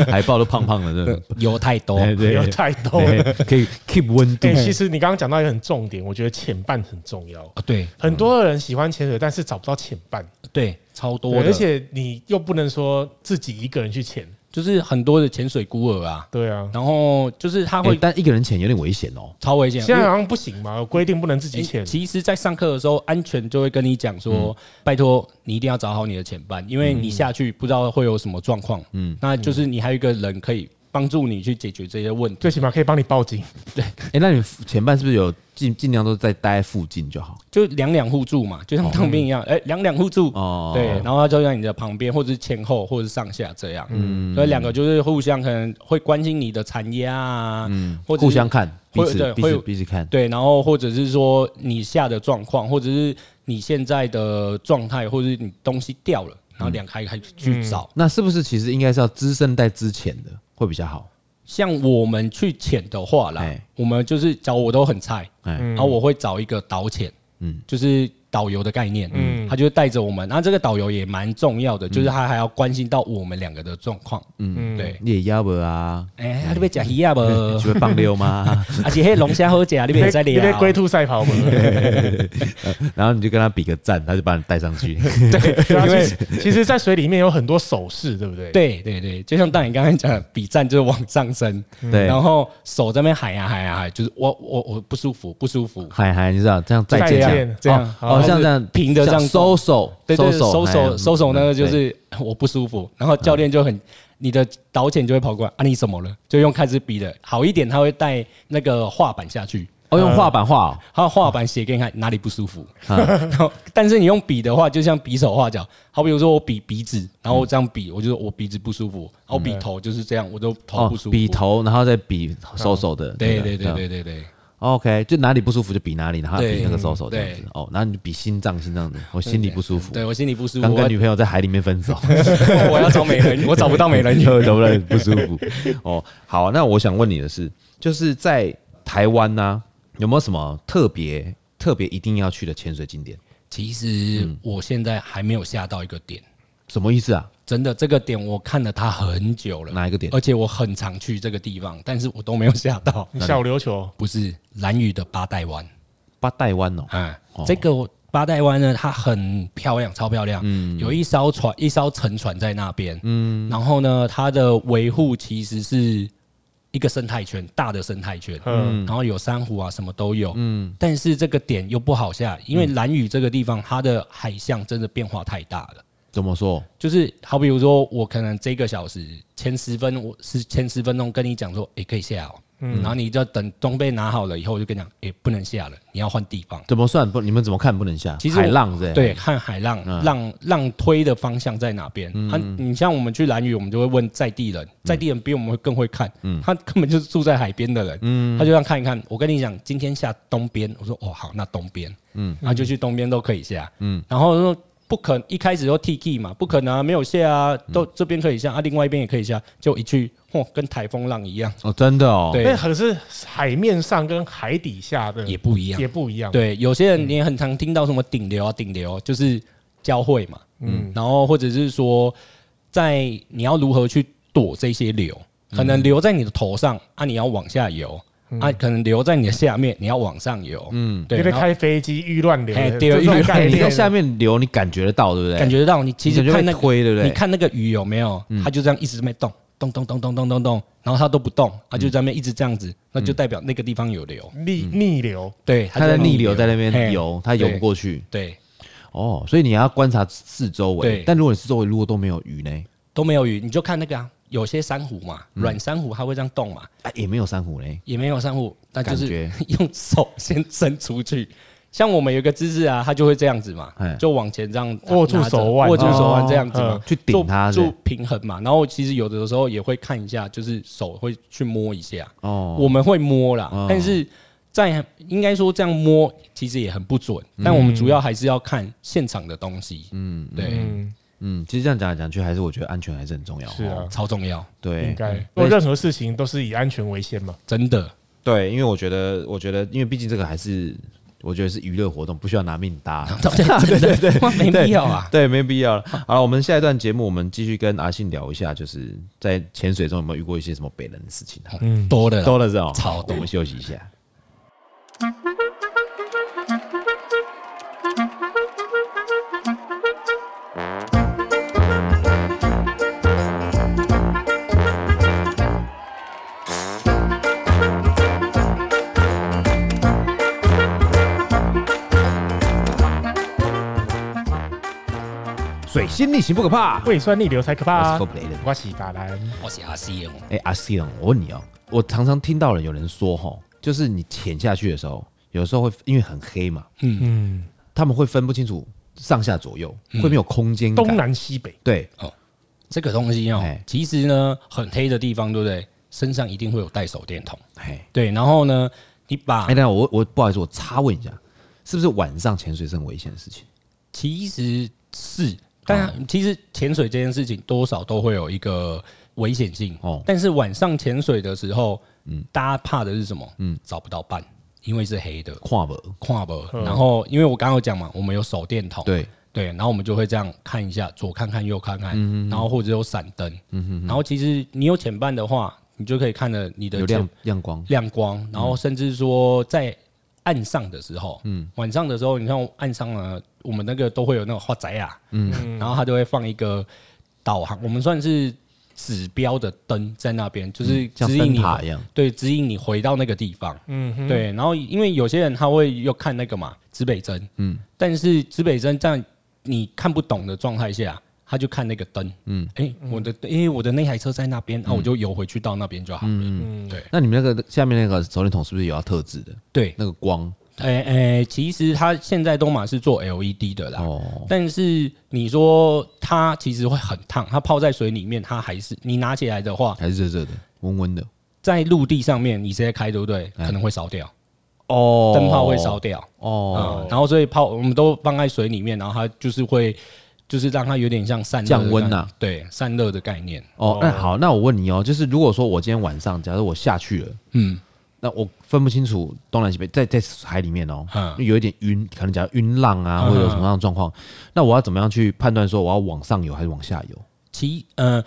海豹都胖胖的，对油太多。不 对？有对太多了。对，可以 keep 温度哎、。其实你刚刚讲到一个很重点，我觉得潜伴很重要。啊，对很多人喜欢潜水，但是找不到潜伴，对，超多对的，而且你又不能说自己一个人去潜，就是很多的潜水孤儿啊，对啊。然后就是他哎会但一个人潜有点危险哦。超危险，现在好像不行嘛，有规定不能自己欸潜。其实，在上课的时候，安全就会跟你讲说：“拜托，你一定要找好你的前伴，因为你下去不知道会有什么状况。”嗯，那就是你还有一个人可以帮助你去解决这些问题，最起码可以帮你报警，哎，那你前半是不是有尽尽量都在待在附近就好？就两两互助嘛，就像当兵一样，哎，两两互助。哦，对，然后他就在你的旁边，或者是前后，或者是上下这样。嗯，所以两个就是互相可能会关心你的产业啊，嗯，或者是互相看，彼会此对彼会此有彼此看。对，然后或者是说你下的状况，或者是你现在的状态，或者是你东西掉了，然后两个还还去找。那是不是其实应该是要资深带之前的会比较好？像我们去潜的话啦哎，我们就是找我都很菜，哎，然后我会找一个导潜，嗯嗯，就是导游的概念，嗯嗯，他就带着我们。那这个导游也蛮重要的，就是他还要关心到我们两个的状况，嗯，对。你也要不啊？哎，啊你要吃鱼啊不？啊就会棒溜吗？ 而且迄龙虾好 吃，你因别为再因为聊。龟兔赛跑嘛，对然后你就跟他比个赞，他就把你带上 去。啊其实其实，在水里面有很多手势，对不对？，对对对，就像大你刚才讲，的，比战就是往上升，对，然后手在那边喊呀喊呀喊，就是我我我不舒服不舒服，嗨嗨，你知道这样再再见见这样好哦，像这然样后平的这样收手，对对，手，哎嗯收手哎嗯收手那个就对是 我不舒服，然后教练就很你的导潜就会跑过来啊，你怎么了？就用开始比的，好一点他会带那个画板下去，哦，用画板画哦他画板写给你看哪里不舒服，啊， 然后但是你用比的话，就像比手画脚，好比如说我比鼻子，然后我这样比，我就说我鼻子不舒服，然哦后比头就是这样，我都头哦不舒服，比头，然后再比收手的，那对，个对对这对样对对。 ，OK，就哪里不舒服就比哪里，然后对比那个收手这样嗯子对，哦，然后你就比心脏心脏的，我心里不舒服，对我心里不舒服，刚跟我女朋友在海里面分手，我要找美 人，我找不到美人鱼。 有有人不舒服。哦，好，那我想问你的是，就是在台湾呢、有没有什么特别特别一定要去的潜水景点？其实我现在还没有下到一个点，什么意思啊？真的这个点我看了它很久了，哪一个点而且我很常去这个地方，但是我都没有下到。 小琉球不是蓝屿的八代湾，八代湾哦，啊，这个八代湾呢，它很漂亮，超漂亮。嗯有一艘船，一艘沉船在那边。嗯，然后呢，它的维护其实是一个生态圈，大的生态圈。嗯，然后有珊瑚啊，什么都有。嗯，但是这个点又不好下，嗯因为蓝屿这个地方，它的海象真的变化太大了。怎么说？就是好比如说，我可能这个小时前十分，我是前十分钟跟你讲说，诶，可以下哦。然后你就等装备拿好了以后，我就跟你讲，诶，不能下了，你要换地方。怎么算不？你们怎么看不能下？其实我海浪是？，对，嗯看海浪、浪浪推的方向在哪边。他、你像我们去兰屿，我们就会问在地人，在地人比我们会更会看。他根本就是住在海边的人，他就这样看一看。我跟你讲，今天下东边，我说哦好，那东边，嗯，然后就去东边都可以下，嗯，然后说。不可，一开始都 T K 嘛，不可能啊，没有下啊，都这边可以下啊，另外一边也可以下，就一去，嚯，跟台风浪一样，哦，真的哦，对那可是海面上跟海底下的也不一样也。不一样。对，有些人你也很常听到什么顶流啊，顶流就是教会嘛，嗯，然后或者是说，在你要如何去躲这些流，可能流在你的头上啊，你要往下游啊，可能流在你的下面，你要往上游，嗯，对，因为然后开飞机遇乱流哎的，对就这种遇乱概哎念你在下面流，你感觉得到对不对？感觉到你其实你感觉看被那推对不个，对你看那个鱼有没有，它就这样一直在那边动。动动动动动动动，然后它都不动，它就在那边一直这样子，那就代表那个地方有流，逆逆流，对，它就在逆流在那边嘿游，它游不对过去对，哦，所以你要观察四周围对。但如果你四周围如果都没有鱼呢？都没有鱼，你就看那个啊，有些珊瑚嘛，嗯软珊瑚它会这样动嘛，啊，也没有珊瑚嘞，也没有珊瑚，但就感是觉 用手先伸出去。像我们有一个姿势啊，它就会这样子嘛哎，就往前这样握住拿着手腕握住手腕哦这样子嘛嗯，去顶它是做不是做平衡嘛。然后其实有的时候也会看一下，就是手会去摸一下，哦，我们会摸啦哦，但是在应该说这样摸其实也很不准，嗯但我们主要还是要看现场的东西，嗯，对，嗯，嗯，其实这样讲来讲去，还是我觉得安全还是很重要。哦是啊，超重要，对，应该嗯做任何事情都是以安全为先嘛。真的。对，因为我觉得，我觉得，因为毕竟这个还是，我觉得是娱乐活动，不需要拿命搭。 对对对，哇没必要啊。对，没必要了。好了，我们下一段节目，我们继续跟阿信聊一下，就是在潜水中有没有遇过一些什么北人的事情？好了嗯，多的啦多了哦这种，超多我们休息一下。水星逆行不可怕，胃酸逆流才可怕我是啊够！北人。我是法兰，我是阿 C 哦，哎、阿 C 啊，我问你哦、我常常听到了有人说吼，就是你潜下去的时候，有时候会因为很黑嘛，嗯，他们会分不清楚上下左右，嗯会没有空间感。东南西北，对，这个东西哦哎，其实呢，很黑的地方，对不对？身上一定会有带手电筒，哎、对。然后呢，你把哎，等一下我我不好意思，我插问一下，是不是晚上潜水是很危险的事情？其实是，但其实潜水这件事情多少都会有一个危险性哦哦。但是晚上潜水的时候，嗯，大家怕的是什么？嗯，找不到伴，因为是黑的，跨门，跨不。然后，因为我刚刚有讲嘛，我们有手电筒，对，对，然后我们就会这样看一下，左看看右看看，嗯然后或者有闪灯，然后其实你有潜伴的话，你就可以看着你的有潜亮嗯亮光，亮光，然后甚至说在岸上的时候，嗯，晚上的时候，你看岸上呢，我们那个都会有那种画宅啊，嗯，然后它就会放一个导航，我们算是指标的灯在那边，就是嗯像指引灯你，塔一样。对，指引你回到那个地方，嗯哼，对，然后因为有些人他会又看那个嘛指北针，嗯，但是指北针在你看不懂的状态下。他就看那个灯，嗯，哎、我的，哎、我的那台车在那边，啊那、我就游回去到那边就好了。嗯，对，那你们那个下面那个手电筒是不是也要特制的？对，那个光诶诶，其实它现在东马是做 LED 的啦，哦，但是你说它其实会很烫，它泡在水里面，它还是你拿起来的话，还是热热的、温温的在陆地上面你直接开，对不对？可能会烧掉，哦灯泡会烧掉，哦，嗯，然后所以泡我们都放在水里面，然后它就是会，就是让它有点像散热的降温概呐对，散热的概念，哦哦，那好，那我问你哦，就是如果说我今天晚上，假如我下去了，嗯，那我分不清楚东南西北，在在海里面哦，嗯因为有一点晕，可能假如晕浪啊，或者有什么样的状况，那我要怎么样去判断说我要往上游还是往下游？其呃，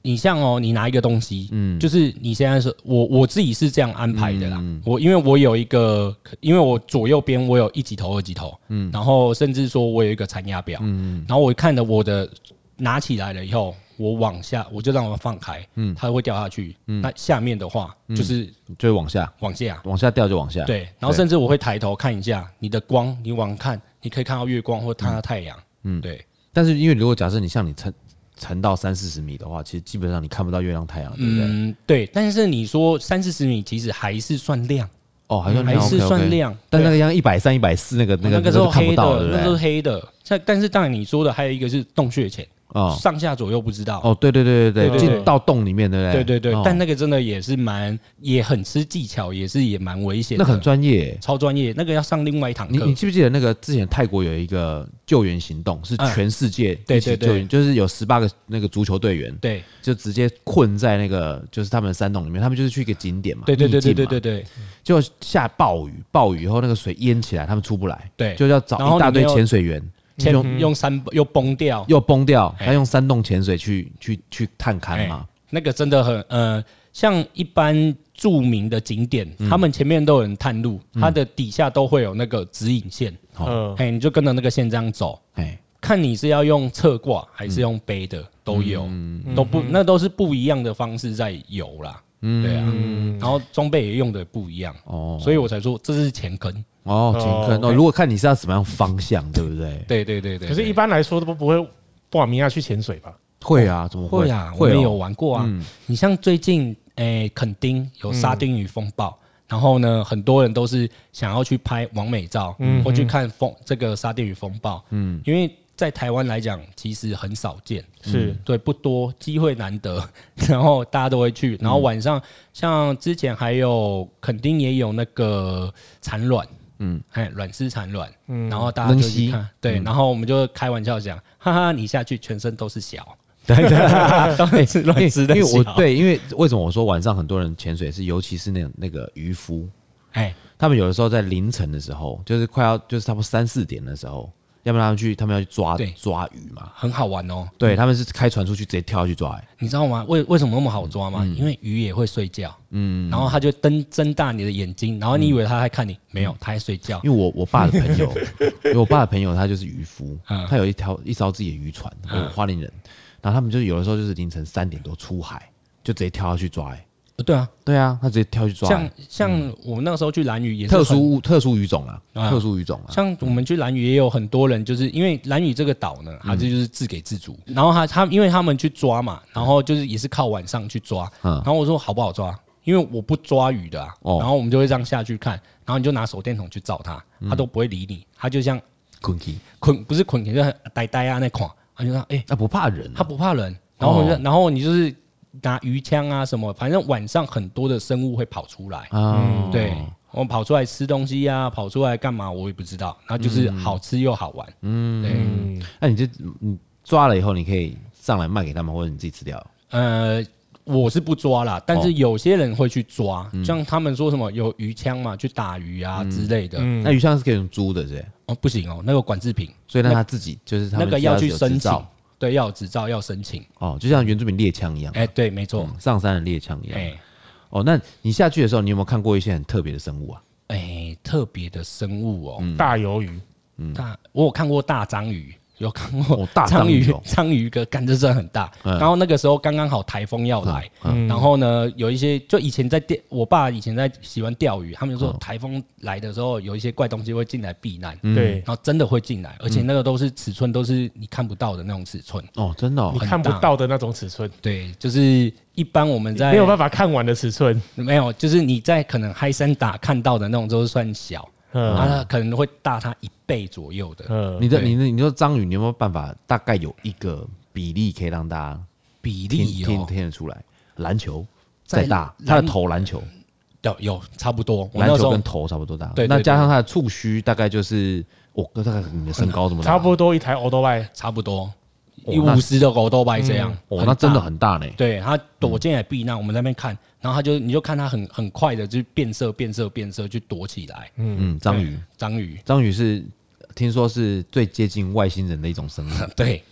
你像哦，你拿一个东西，嗯，就是你现在是我我自己是这样安排的啦。我因为我有一个，因为我左右边我有一级头、二级头，嗯，然后甚至说我有一个残压表，嗯，然后我看着我的拿起来了以后，我往下我就让它放开，嗯，它会掉下去。那下面的话就是就是往下，往下，往下掉就往下。，对，然后甚至我会抬头看一下你的光，你往看，你可以看到月光或看到太阳，嗯，对，但是因为如果假设你像你沉沉到三四十米的话，其实基本上你看不到月亮、太阳，对不对？嗯，对，但是你说三四十米其实还是算亮，哦，还算嗯还是 OK，OK 算亮但那个像一百三、一百四那个那个个那时候看不黑到的，了，对那时不候对？黑的。但但是当然你说的还有一个是洞穴浅，哦上下左右不知道。哦，对对对对对，对对对进到洞里面，对不对？对对对哦，但那个真的也是蛮也很吃技巧，也是也蛮危险的，那很专业耶。超专业，那个要上另外一堂你课你。记不记得那个之前泰国有一个救援行动，是嗯全世界对一起对对救援，就是有十八个那个足球队员，对就直接困在那个就是他们的山洞里面，他们就是去一个景点嘛，对对对对秘境对嘛对，对就下暴雨，暴雨以后那个水淹起来，他们出不来，对就要然找后一大堆你又潜水员，前用用山又崩掉，又崩掉，哎他用山洞潜水去去去探勘嘛，那个真的很呃，像一般著名的景点，他们前面都有人探路，它的底下都会有那个指引线，嗯，哎，你就跟着那个线这样走，哎，看你是要用侧挂还是用背的，都有，都不那都是不一样的方式在游啦，对啊，然后装备也用的不一样，哦所以我才说这是前跟，哦，前哦坑哦，哎如果看你是要什么样方向，对不对？对对对对，可是，一对般来说都不会不往明亚去潜水吧？会啊，怎么会啊，我会们哦有玩过啊。你像最近诶、垦丁嗯有沙丁鱼风暴，然后呢，很多人都是想要去拍完美照，嗯或去看风这个沙丁鱼风暴，嗯，因为在台湾来讲，其实很少见，是对，不多，机会难得， 然后大家都会嗯去，然后晚上、像之前还有垦丁也有那个产卵，嗯，哎，卵丝产卵，嗯，然后大家就去能看，对，然后我们就开玩笑讲，哈哈，你下去全身都是小， 对对当然是因为卵丝因的为小我，对，因为为什么我说晚上很多人潜水是，尤其是那那个渔夫，哎，他们有的时候在凌晨的时候，就是快要就是差不多三四点的时候，要不然他们去他们要去抓对抓鱼嘛，很好玩哦，对他们是开船出去直接跳下去抓、欸你知道吗？为为什么那么好抓吗？嗯因为鱼也会睡觉，嗯，然后它就瞪睁大你的眼睛，然后你以为它在看你，没嗯有，它在睡觉，因为我我爸的朋 友，因为我爸的朋友他就是渔夫，嗯他有一条一艘自己的渔船，花莲人，然后他们就是有的时候就是凌晨三点多出海，就直接跳下去抓、欸对啊，对啊，他直接跳去抓欸、像像我们那个时候去蓝屿也是特很殊物特殊语种啊，啊特殊语种啊，像我们去兰屿也有很多人，就是因为兰屿这个岛呢，嗯它这就是自给自足。然后他他因为他们去抓嘛，然后就是也是靠晚上去抓。嗯然后我说好不好抓？因为我不抓鱼的啊。哦然后我们就会这样下去看，然后你就拿手电筒去照它，嗯它都不会理你，它就像滚起，捆不是捆起来，就是呆呆啊那款，它就说哎、他不怕人啊、它不怕人。然后我哦们就然后你就是拿鱼枪啊什么，反正晚上很多的生物会跑出来。啊，对，我们跑出来吃东西呀、跑出来干嘛，我也不知道。然嗯后就是好吃又好玩，嗯，对，那你就你抓了以后，你可以上来卖给他们，或者你自己吃掉。呃，我是不抓啦，但哦是有些人会去抓，嗯像他们说什么有鱼枪嘛，去打鱼啊之类的，那鱼香是可以用租的，是不是？哦，不行哦，那个管制品，所以让他自己就是他那们个只要要去有申执请照，对，要有执照要申请，哦，就像原住民猎枪一样，哎，对，没错，嗯上山的猎枪一样。哎哦，那你下去的时候，你有没有看过一些很特别的生物啊？哎，特别的生物哦，大鱿鱼，大，我有看过大章鱼，有看过嗯哦大章鱼鱼哦，章鱼哥干这真的很大。嗯然后那个时候刚刚好台风要来，然后呢有一些就以前在钓，我爸以前在喜欢钓鱼，他们嗯就说台风来的时候有一些怪东西会进来避难，对，然后真的会进来，而嗯且那个都是尺寸都是你看不到的那种尺寸，哦，真的哦你，看不到的那种尺寸，对，就是一般我们在没有办法看完的尺寸，没有，就是你在可能嗨山打看到的那种都是算小，嗯啊，它可能会大它一倍左右的。嗯，你的对你的你说章鱼，你有没有办法大概有一个比例可以让大家比听例听哦，听得出来？篮球在再大，篮它的头篮球，有有差不多，我篮那时球候跟头差不多大，对对那对加上它的触须大概就是，我大概你的身高怎么差不多一台 o l d y 差不多，哦一那五十的狗都拜这样，哦，很那大真的很嗯大呢。对他躲进来避难，我们在那边看，然后他就你就看他很很快的就变色变色变色去躲起来，嗯，章鱼对，章鱼， 章鱼是听说是最接近外星人的一种生物，对，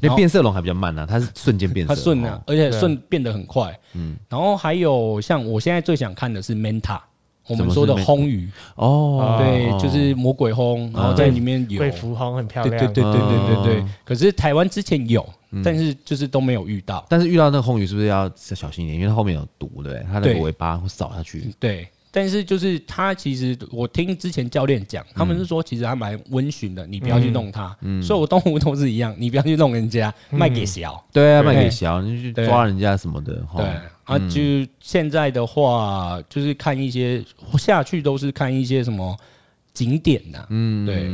因为变色龙还比较慢呢、它是瞬间变色。它顺啊哦，，而且顺变得很快，嗯，然后还有像我现在最想看的是 Manta，我怎们么说的是 Manta？轰鱼，哦，啊对哦，就是魔鬼轰，然后在里面有会浮红很漂对对亮，对对对对对嗯，可是台湾之前有，但是就是都没有遇到，但是遇到那个红鱼是不是要小心一点？因为它后面有毒，对不对？它那个对嗯尾巴会扫下去。对，但是就是他其实我听之前教练讲，他们是说其实还蛮温驯的，你不要去弄它。嗯所以我动物都是一样，你不要去弄人家，卖给小。对啊，对卖给小，你去对抓人家什么的。哦对啊，就现在的话，就是看一些下去都是看一些什么景点呐、嗯，对，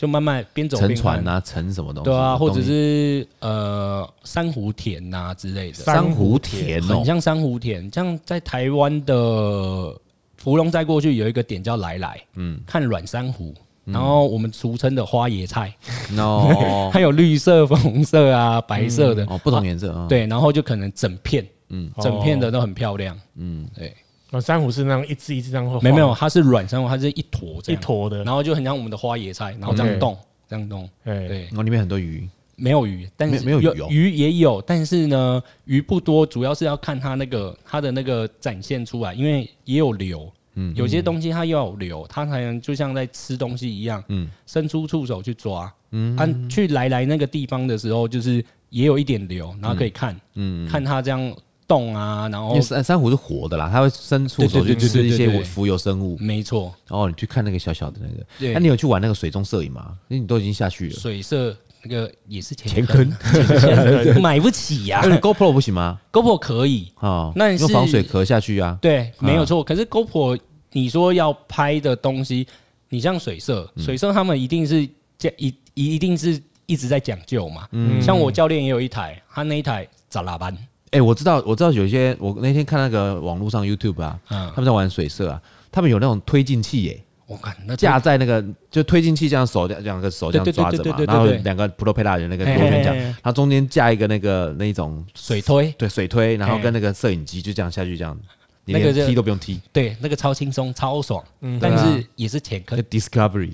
就慢慢边走沉边看船。啊，沉什么东西？对啊，或者东西是呃珊瑚田呐、之类的，珊瑚田哦很，像珊瑚田，像在台湾的芙蓉再过去有一个点叫来来，嗯，看软珊瑚，然后我们俗称的花椰菜， 哦它有绿色、粉红色啊、白色的，哦，不同颜色啊。对，然后就可能整片，嗯，整片的都很漂亮，嗯哦，珊瑚是那样一只一只这样会，没有没有，，它是软珊瑚，它是一坨这一样，坨的，然后就很像我们的花椰菜，然后这样 OK 动，这样动，哎，对。哦，里面很多鱼。没有鱼，但是没有没有鱼哦鱼也有，但是呢，鱼不多，主要是要看它那个它的那个展现出来，因为也有流，嗯，有些东西它要有流，它才能就像在吃东西一样，嗯，伸出触手去抓，嗯，啊，去来来那个地方的时候，就是也有一点流，然后可以看，嗯，看它这样动啊，然因后为珊珊瑚是活的啦，它会伸出手对对去对对吃一对对些对浮游生物。没错，哦，你去看那个小小的那个，对那、你有去玩那个水中摄影吗？因为你都已经下去了，水色那个也是前钱坑坑， 钱坑买不 起呀、哎那你 GoPro 不行吗？ GoPro 可以，哦，啊那你是用防水壳下去啊。对，没有错。可是 GoPro 你说要拍的东西，你像水色，嗯水色他们一定是这一一一定是一直在讲究嘛。嗯像我教练也有一台，他那一台咋拉班，哎、我知道，我知道有一些，我那天看那个网络上 YouTube 啊，嗯他们在玩水色啊，他们有那种推进器耶、我看那架在那个就推进器这样手这样两个手这样啊对对对抓着对嘛对，对对然后对两个 Pro p e l a 的那个嘿螺旋桨嘿嘿嘿，然后中间架一个那个那一种水推，对水推，然后嘿跟那个摄影机就这样下去这样，你那个连就踢都不用踢，对，那个超轻松超爽，嗯但对是也是浅就坑， Discovery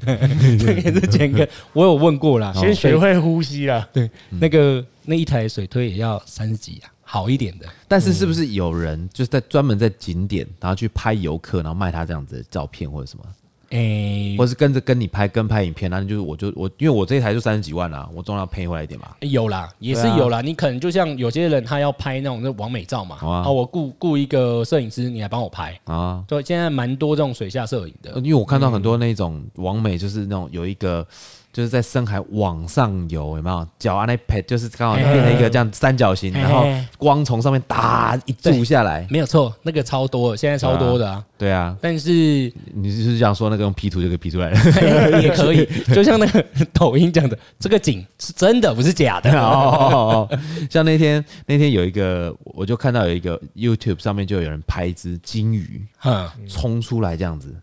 也是浅 坑。我有问过啦，哦先学会呼吸啦。对那个那一台水推也要三十几啊，好一点的。但是是不是有人就是在专门在景点，然后去拍游客，然后卖他这样子的照片或者什么，诶、或是跟着跟你拍跟拍影片，然后就是我就我因为我这一台就三十几万啦、啊我总要赔回来一点嘛。有啦，也是对啊有啦。你可能就像有些人他要拍那种那完美照嘛，好啊啊，我雇雇一个摄影师，你来帮我拍。啊，对，现在蛮多这种水下摄影的，因为我看到很多那种网美，就是那种有一个就是在深海往上游，有没有？脚啊那拍就是刚好变成一个这样三角形，嘿然后光从上面打一注下来。没有错，那个超多的，现在超多的啊。对啊，但是 你就是想说那个用 P 图就可以 P 出来了。也可 以，就像那个抖音讲的，这个景是真的，不是假 的。哦，像那天那天有一个，我就看到有一个 YouTube 上面就有人拍一只金鱼嗯，冲出来这样子，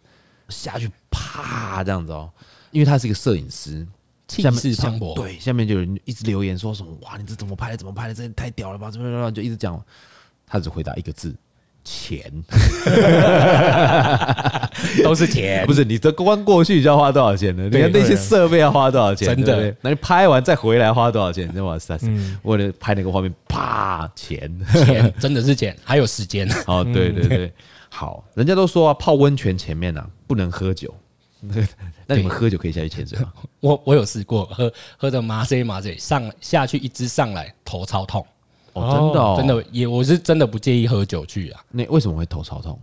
下去啪这样子哦，因为他是一个摄影师，气下面势磅礴。对，下面就有人一直留言说什么哇，你这怎么拍的？怎么拍的？这也太屌了吧！怎么怎么就一直讲，他只回答一个字。钱 都是钱不。是你这光过去就要花多少钱呢？你对看那些对设备要花多少钱？真的对不对，那你拍完再回来花多少钱？你知道吗？塞，为了拍那个画面，啪，钱。 钱 真的是钱，还有时间。 哦，对对嗯对，好，人家都说啊，泡温泉前面啊不能喝酒， 那你们喝酒可以下去潜水 吗？我我有试过，喝喝的麻醉麻醉，上下去一支上来，头超痛，哦，真的、哦，真，的也我是真的不介意喝酒去啊。那为什么会头超痛？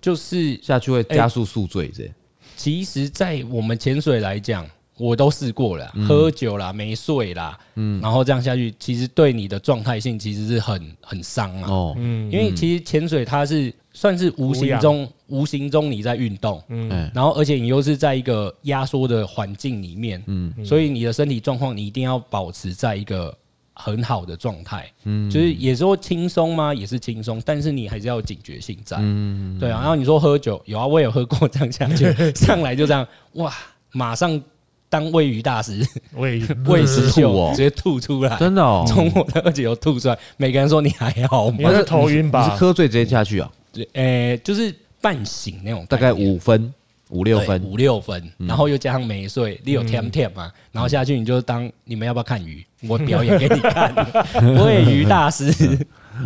就是下去会哎加速宿醉这、其实，在我们潜水来讲，我都试过了，喝酒啦，没睡啦，然后这样下去，其实对你的状态性其实是很很伤嗯啊。哦，因为其实潜水它是算是无形中无形中你在运动，嗯然后而且你又是在一个压缩的环境里面，嗯所以你的身体状况你一定要保持在一个很好的状态，嗯就是也说轻松吗？也是轻松，但是你还是要有警觉性在，嗯对啊。然后你说喝酒，有啊，我也有喝过，这 样下去上来就这样，哇，马上当喂鱼大师，我也喂食吐秀、哦直接吐出来，真的哦，从我的二姐头吐出来，每个人说你还好应吗该？嗯是头晕你是吧？喝醉直接下去啊？对，诶，呃就是半醒那种大概概哎念，五分五六对分，嗯五六分，然后又加上没睡，你有嗯 tem tem 嘛，然后下去你就当你们要不要看鱼？我 表演给你看， 我也鱼大师，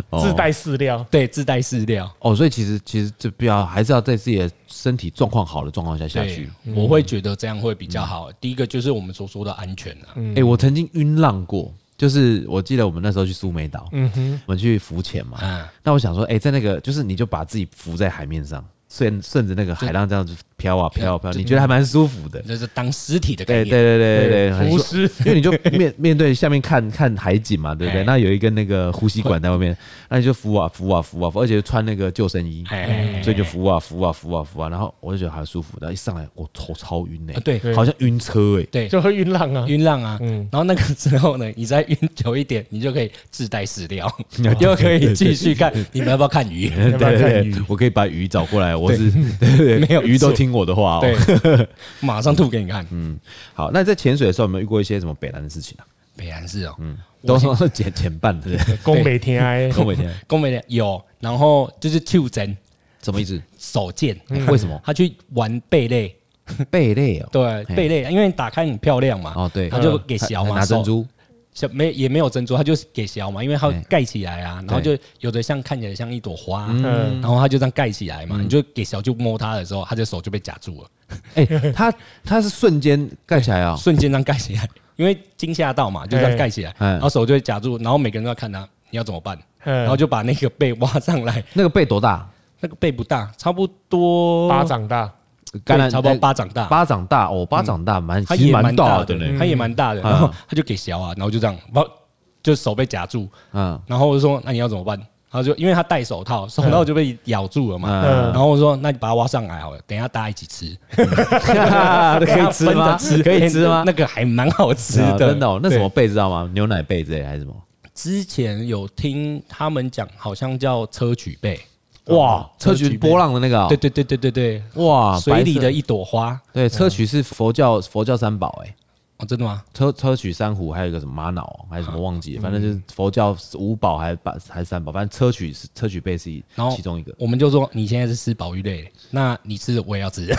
哦自带饲料， 对，自带饲料。哦，所以其实其实就不要，还是要在自己的身体状况好的状况下下对去。，嗯我会觉得这样会比较好。第一个就是我们所说的安全啊，嗯哎、我曾经晕浪过，就是我记得我们那时候去苏梅岛，嗯哼，啊我们去浮潜嘛，嗯那我想说，哎、在那个就是你就把自己浮在海面上，顺顺着那个海浪这样子飘啊飘啊飘，你觉得还蛮舒服的。就是当尸体的概对对念。对对对，很浮舒尸因为你就面 面对下面看看海景嘛，对不对？哎那有一根那个呼吸管在外面，那你就浮啊浮啊浮啊浮，而且穿那个救生衣，哎所以就浮啊浮啊浮啊浮啊，然后我就觉得很舒服。然后一上来，我头超晕呢啊，对好像晕车哎，对，就会晕浪啊。晕浪啊，嗯然后那个时候呢，你再晕久一点，你就可以自带 饲料，又可以继续看。你们要不要看鱼？对要不要看对鱼对，我可以把鱼找过来，我是 对对对没有鱼都错听我的话哦。对，马上吐给你看。好，那在潜水的时候有没有遇过一些什么北南的事情啊？北韩是哦，都是减减半的，宫北天哀，跟我以前宫北的有，然后就是秋真什么意思？手剑， 为什么他去玩贝类，贝类哦？对嘿嗯 贝类，因为打开很漂亮嘛，哦，对，他就给小还嘛拿珍手，珠，小没也没有珍珠，他就是给小嘛，因为它对盖起来啊，然后就有的像看起来像一朵花，嗯然后它就这样盖起来嗯嘛，你就给小就摸它的时候，它的手就被夹住了，哎，他他是瞬间盖起 来啊，瞬间这样盖起来，因为惊吓到嘛，就这样盖起来，嗯然后手就会夹住，然后每个人都要看它，你要怎么办？嗯然后就把那个背挖上来，那个贝多大？那个背不大，差不多巴掌大，橄榄对差不多呃巴掌大，巴掌大哦，巴掌大蛮他其实也蛮蛮大的的嘞，他也蛮大的，然后他就给小啊，然后就这样，把就手被夹住，嗯然后我就说那你要怎么办？他就因为他戴手套，手套就被咬住了嘛。嗯，然后我说那你把它挖上来好了，等一下大家一起吃，嗯 可以吃分着吗？吃可以吃吗？ 那个还蛮好吃啊的，真的哦，那什么对？贝知道吗？牛奶贝之类还是什么？之前有听他们讲，好像叫车曲贝，哇，砗磲波浪的那个哦，对对对对对对，哇，水里白色的一嗯朵花对，砗磲是佛教佛教三宝哎。哦，真的吗？砗砗磲珊瑚，还有一个什么玛瑙哦，还是什么忘记嗯了，反正就是佛教五宝还是八还是三宝，反正砗磲是砗磲贝是一然后其中一个我们就说你现在是吃保育类，那你吃的我也要吃，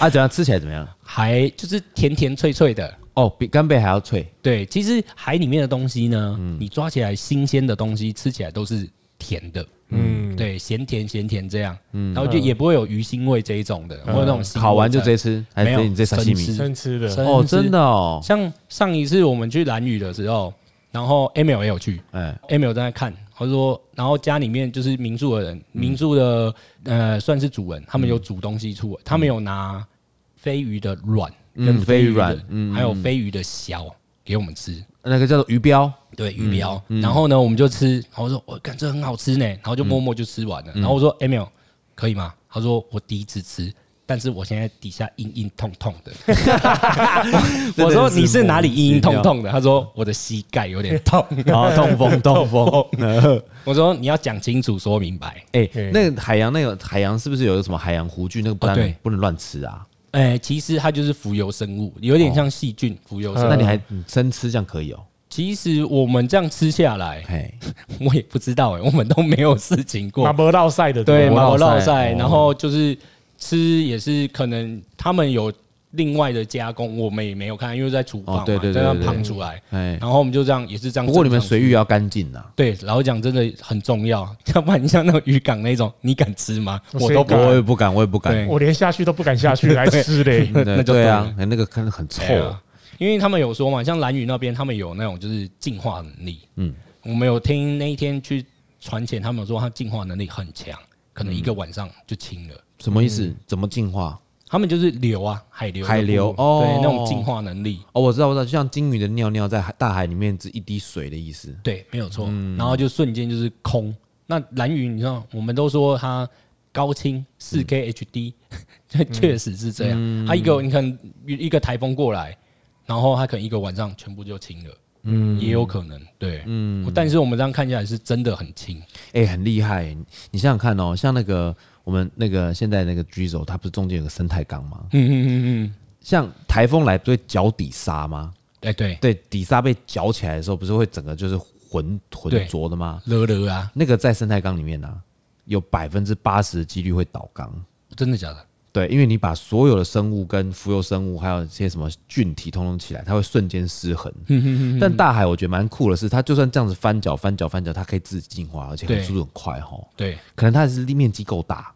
啊，怎样吃起来怎么样？还就是甜甜脆脆的。哦，比干贝还要脆，对，其实海里面的东西呢，嗯你抓起来新鲜的东西，吃起来都是甜的。嗯，对，咸甜咸甜这样，嗯，然后就也不会有鱼腥味这一种的，或者那种腥味烤嗯完就直接在吃，还没是有你这沙西生米吃？生吃的生哦，吃真的哦，像上一次我们去蓝屿的时候，然后 Emil 也有去，哎， Emil 正在看，他说，然后家里面就是民宿的人，嗯民宿的呃算是主人，他们有煮东西出来，他们有拿飞鱼的卵嗯跟飞鱼飞鱼的卵嗯还有飞鱼的小给我们吃，那个叫做鱼 标，对鱼鳔，嗯然后呢我们就吃，然后我说我感这很好吃呢，然后就默默就吃完了，嗯然后我说 Emil 可以吗？他说我第一次吃。但是我现在底下硬硬痛痛 的，我说你是哪里硬硬痛痛的？他说我的膝盖有点 哦痛，然后痛风，痛风。我说你要讲清楚说明白。 哎对，那个海洋那个海洋是不是有个什么海洋弧菌？那个不哦能对不能乱吃啊？哎、其实它就是浮游生物，有点像细菌、浮游生物。那你还嗯生吃这样可以哦？其实我们这样吃下来， 嘿，我也不知道哎、我们都没有事情马过。博绕赛的，对，马马博博烙烙赛赛，哦然后就是吃也是可能他们有另外的加工，我们也没有看，因为在厨房嘛，哦对对对在那对对旁出来，哎，然后我们就这样也是这样。不过你们啊水域。要干净呐，对，老实讲真的很重要， 要不然你像那种渔港那种，你敢吃吗？我谁都不敢我啊会。也不敢，我也不敢对。我连下去都不敢下去，来吃嘞。 对那就对对啊了，哎那个看着很臭对啊，因为他们有说嘛，像蓝屿那边他们有那种就是进化能力，嗯嗯，我们有听那一天去船前，他们有说他进化能力很强，可能一个晚上就清了。什么意嗯思？怎么进化？他们就是流啊，海流的海部分流哦对那种进化能力，哦，我知道，我知道，就像鲸鱼的尿尿在海大海里面只一滴水的意思。对，没有错。嗯然后就瞬间就是空。那蓝屿，你知道，我们都说它高清四嗯 K HD，确、 确实是这样。它一个你可能一个台风过来，然后它可能一个晚上全部就清了，嗯，也有可能，对，嗯。但是我们这样看起来是真的很清，哎、很厉害欸！你想想看哦，像那个我们那个现在那个 Drizzle，它不是中间有个生态缸吗？嗯嗯嗯嗯，像台风来不会搅底沙吗？哎对，对，底沙被搅起来的时候，不是会整个就是浑浑对浊的吗？勒勒啊，那个在生态缸里面呢、啊，有百分之八十的几率会倒缸。真的假的？对，因为你把所有的生物跟浮游生物，还有一些什么菌体，通通起来，它会瞬间失衡。嗯但大海我觉得蛮酷的是，它就算这样子翻搅、翻搅、翻搅，它可以自己进化，而且很对速度很快哈。对，可能它是面积够大，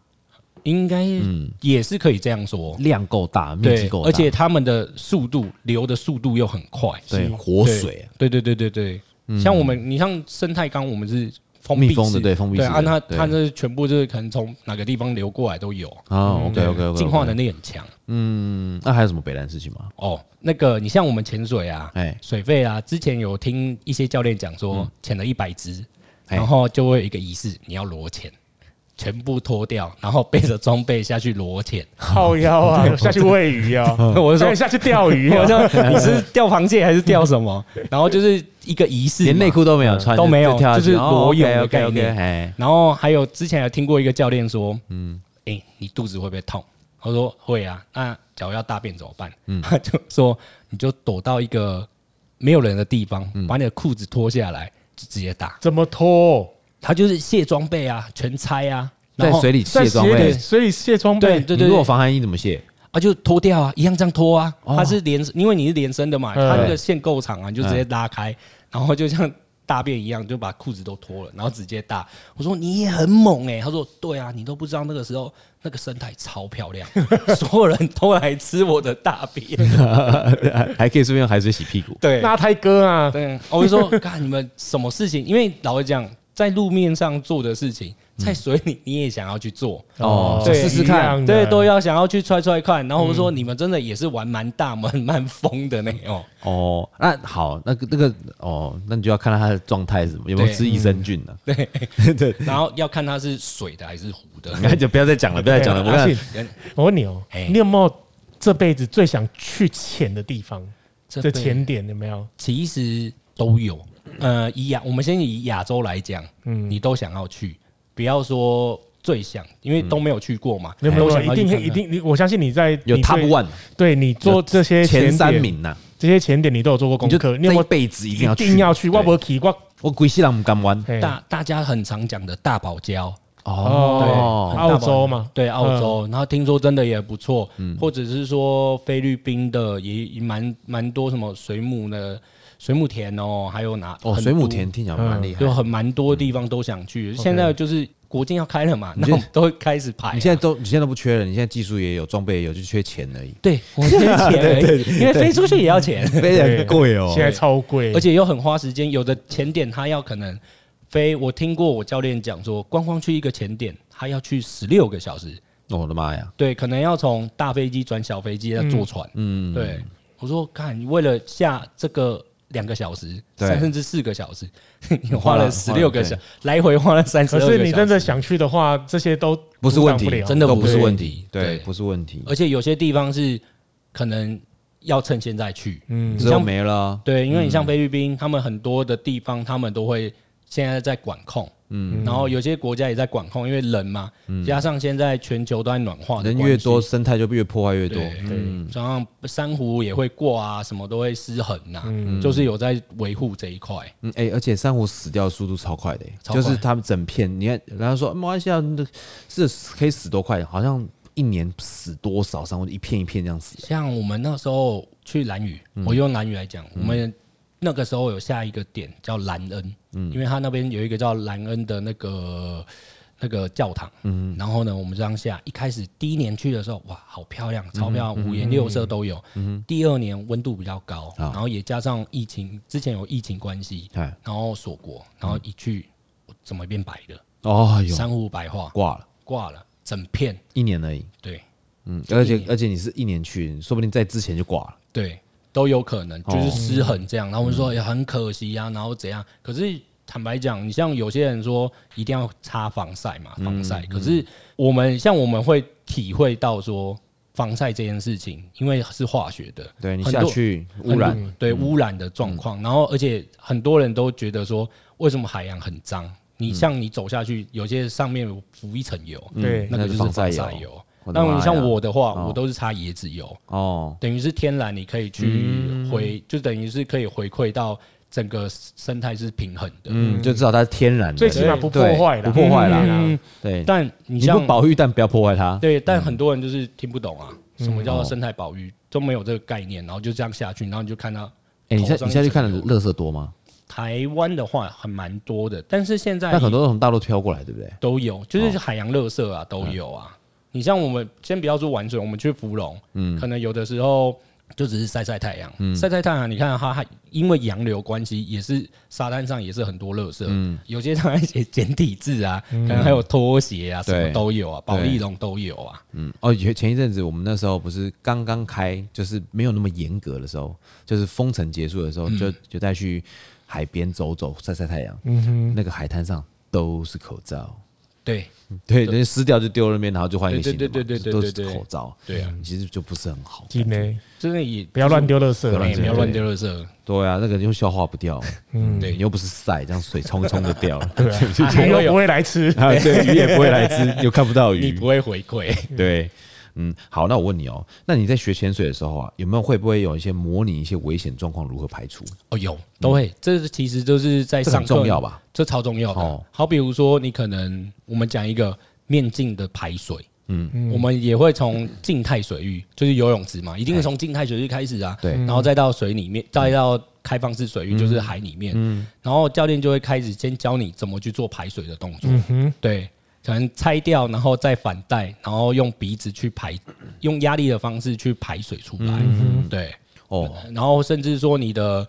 应该也是可以这样说，量够大，嗯面积哦对够，大，而且他们的速度流的速度又很快，对活对水啊，对对对对对，像我们，你像生态缸，我们是封嗯密闭封的式对封闭对式啊，的它对它这全部就是可能从哪个地方流过来都有，啊，OK 对 OK OK，进化能力很强那还有什么北兰事情吗？哦。那个你像我们潜水啊，哎嗯水费啊，之前有听一些教练讲说，潜了一百只，哎然后就会有一个仪式，你要裸潜。全部脱掉，然后背着装备下去裸潜。靠腰啊，下去喂鱼啊，我就下说去，下去钓鱼 我啊，就你是钓螃蟹还是钓 什么？然后就是一个仪式嘛，连内裤都没有穿，都没有就是裸泳的 OK 概 OK，念哎，然后还有之前有听过一个教练说，嗯，哎、你肚子会不会痛？我说会啊，那假如要大便怎么办？嗯他就说你就躲到一个没有人的地方，嗯把你的裤子脱下来就直接打。怎么脱？他就是卸装备啊，全拆啊，在然后水里在卸水妆里，备，水里卸装对备，对你对如果对，防寒衣怎么卸？啊就脱掉啊，一样这样脱啊。哦它是连，因为你是连身的嘛，嗯它那个线够长啊，你就直接拉开，然后就像大便一样，就把裤子都脱了，然后直接大。我说你也很猛哎、他说对啊，你都不知道那个时候那个身材超漂亮，所有人都来吃我的大便。 还可以顺便用海水洗屁股。对，那泰哥啊，嗯对，我就说，看你们什么事情？因为老实讲，在路面上做的事情，在水里你也想要去做，哦对试试看一样的对，都要想要去踹踹看。然后我说你们真的也是玩蛮大、蛮蛮疯的呢哦。哦，那好，那个那个哦，那你就要看他的状态是什么，有没有对吃益生菌了、然后要看它是水的还是湖的。那就不要再讲了，不要再讲了。我阿看信我问你哦、哎你有没有这辈子最想去潜的地方？这 这辈潜点有没有？其实都有。呃，以亚我们先以亚洲来讲，嗯，你都想要去，不要说最想，因为都没有去过嘛，嗯没有没都有，想一要去定看看一。定，你我相信你在有你 top 对 one 对你做这些前潜三点，名呐、这些潜点你都有做过功你就课，这你有没一有辈子一定要一去，定要去？对我不去过，我鬼西郎不敢玩嘿大大家很常讲的大堡礁，哦对。澳洲嘛对澳洲，然后听说真的也不错，嗯或者是说菲律宾的也也蛮蛮多什么水母的水母田哦，还有哪哦，很水母多田听起来蛮厉害嗯有。很蛮多地方都想去。现在就是国境要开了嘛，那这我们都会开始排啊。你现在都你现在都不缺了，你现在技术也有，装备也有，就缺钱而已。对，我缺 钱而已因为飞出去也要钱，非对常贵哦现在超贵，而且又很花时间。有的前点他要可能飞，我听过我教练讲说，光光去一个前点，他要去十六个小时。哦我的妈呀！对，可能要从大飞机转小飞机，再坐船。嗯，对，我说看，你为了下这个两个小时，对甚至四个小时， 你花花了了十六个对小，来回花了三十可二个是小时。你真的想去的话，这些都不是问阻题挡，了真的都不不是是问问题题，对，对不是问题，而且有些地方是可能要趁现在去，嗯，之后像没了。对，因为你像菲律宾，他们很多的地方他们都会现在在管控，嗯，然后有些国家也在管控，因为人嘛，加上现在全球都在暖化的关人系，越多，生态就越破坏越多。对，对，加上珊瑚也会过啊，什么都会失衡呐、就是有在维护这一块，嗯，哎、而且珊瑚死掉的速度超快的、超就是快他们整片，你看，然后说啊马来西亚那是可以死多快，好像一年死多少珊瑚，一片一片这样死。像我们那时候去蓝屿，我用蓝屿来讲，我们那个时候有下一个点叫兰恩，因为它那边有一个叫兰恩的那个那个教堂，然后呢，我们这样下，一开始第一年去的时候，哇，好漂亮，超漂亮，五颜六色都有。第二年温度比较高，然后也加上疫情，之前有疫情关系，哎，然后锁国，然后一去怎么变白的，哦哟，珊瑚白化挂了挂了，整片，一年而已。对嗯，而且而且你是一年去，说不定在之前就挂了。对，都有可哦能就是失衡这样。然后我嗯们说也哎很可惜啊，然后怎样？可是坦白讲，你像有些人说一定要擦防晒嗯嘛，防晒。可是我们像我们会体会到说防晒这件事情，因为是化学的，对你很下多去很污染，嗯多对污染的状况。然后而且很多人都觉得说，为什么海洋很脏？嗯你像你走下去，有些上面有浮一层油，对那个嗯那就是是防晒防晒油油。我的那妈你呀像我的话，哦我都是擦椰子油。哦，等于是天然，你可以去嗯回，就等于是可以回馈到整个生态是平衡的。嗯，就至少它是天然的，最起码不破对坏啦不破坏啦。嗯对，但你你不像保育，但不要破坏它。对，但很多人就是听不懂啊，嗯什么叫哦做生态保育都没有这个概念，然后就这样下去，然后你就看到哎，你现头在上你现在去看一层油乐色多吗？台湾的话很蛮多的，但是现在那很多都从大陆飘过来，对不对？都有，哦就是海洋垃圾啊嗯都有啊。你像我们先不要说玩水，我们去芙蓉，嗯可能有的时候就只是晒晒太阳，晒晒太阳。你看它还因为洋流关系，也是沙滩上也是很多垃圾，嗯有些它还写简体字啊，可能还有拖鞋啊，什么对都有啊，保利龙都有啊。嗯，哦，前前一阵子我们那时候不是刚刚开，就是没有那么严格的时候，就是封城结束的时候，嗯就就带去海边走走，晒晒太阳。嗯那个海滩上都是口罩，对对，人家撕掉就丢那边，然后就换一个对新的嘛，对对对对就对都对是口罩。嗯对啊，其实就不是很好。真的真的也不要乱，丢垃圾啦，对不要乱丢垃对啊，那个又消化不掉，嗯圾。你对，又不是晒，这样水冲一冲就掉了。 对啊， 海又不会来吃，啊，对，鱼也不会来 吃，又看不到你鱼不。会回馈。对，嗯，好，那我问你哦，那你在学潜水的时候啊，有没有会不会有一些模拟一些危险状况如何排除？哦，有都会，这是其实就是在嗯这哎上很课重要吧？这超重要的。哦好，比如说你可能我们讲一个面镜的排水，嗯，我们也会从静态水域，就是游泳池嘛，一定是从静态水域开始啊，对嗯然后再到水里面，再到开放式水域，就是海里面，然后教练就会开始先教你怎么去做排水的动作，对。可能拆掉，然后再反带，然后用鼻子去排，用压力的方式去排水出来。对，哦，嗯然后甚至说你的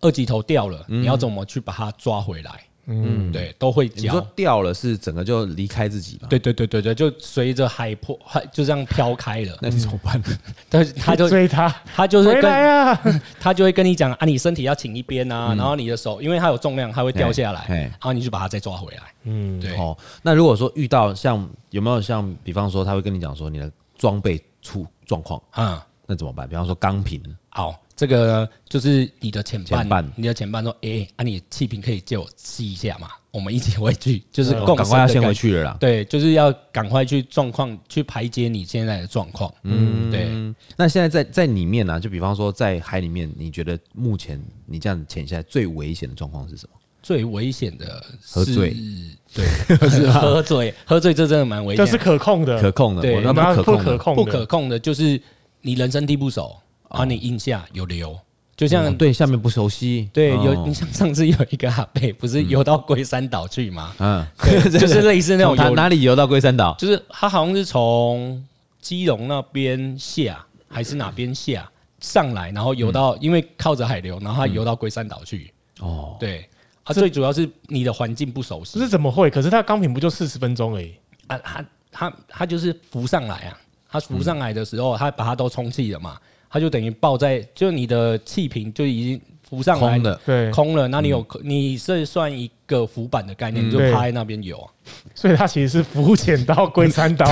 二级头掉了，你要怎么去把它抓回来？嗯，对，都会你说教。掉了是整个就离开自己吧？对对对对对，就随着海波海就这样飘开了。那你怎么 办？但是 他 就追他，他就是回跟来啊！他就会跟你讲啊，你身体要倾一边啊，然后你的手，因为它有重量，它会掉下来，嗯嘿嘿然后你就把它再抓回来。嗯，对，哦，那如果说遇到像有没有像，比方说他会跟你讲说你的装备出状况，嗯，那怎么办？比方说钢瓶，好，这个呢就是你的前半，前半你的前半说，哎、啊，你的气瓶可以借我吸一下嘛？我们一起回去，就是嗯我共哦赶生快要的先概回去了啦。对，就是要赶快去状况去排解你现在的状况。嗯，对，那现在在在里面呢、啊就比方说在海里面，你觉得目前你这样潜下来最危险的状况是什么？最危险的是喝醉， 对，是喝醉，喝醉这真的蛮危这险的，是可控的，可控的，嗯对我我那们要不不可控可的。控的，不可控的，就是你人生地不熟，然后你印下有流，就像哦对下面不熟悉，对，有哦你像上次有一个阿贝，不是游到龟山岛去吗？嗯，对，就是类似那种从哪游，哪里游到龟山岛？就是他好像是从基隆那边下，还是哪边下上来，然后嗯游到，因为靠着海流，然后他游到龟山岛去。哦，对，啊，最主要是你的环境不熟这悉是怎么会？可是他钢品不就四十分钟而已？啊，他他他就是浮上来啊，他浮上来的时候，他把它都充气了嘛，他就等于抱在，就你的气瓶就已经浮上来空的，对，空了，那你有、你是算一个浮板的概念，你就对趴在那边游啊。所以他其实是浮潜到龟山岛，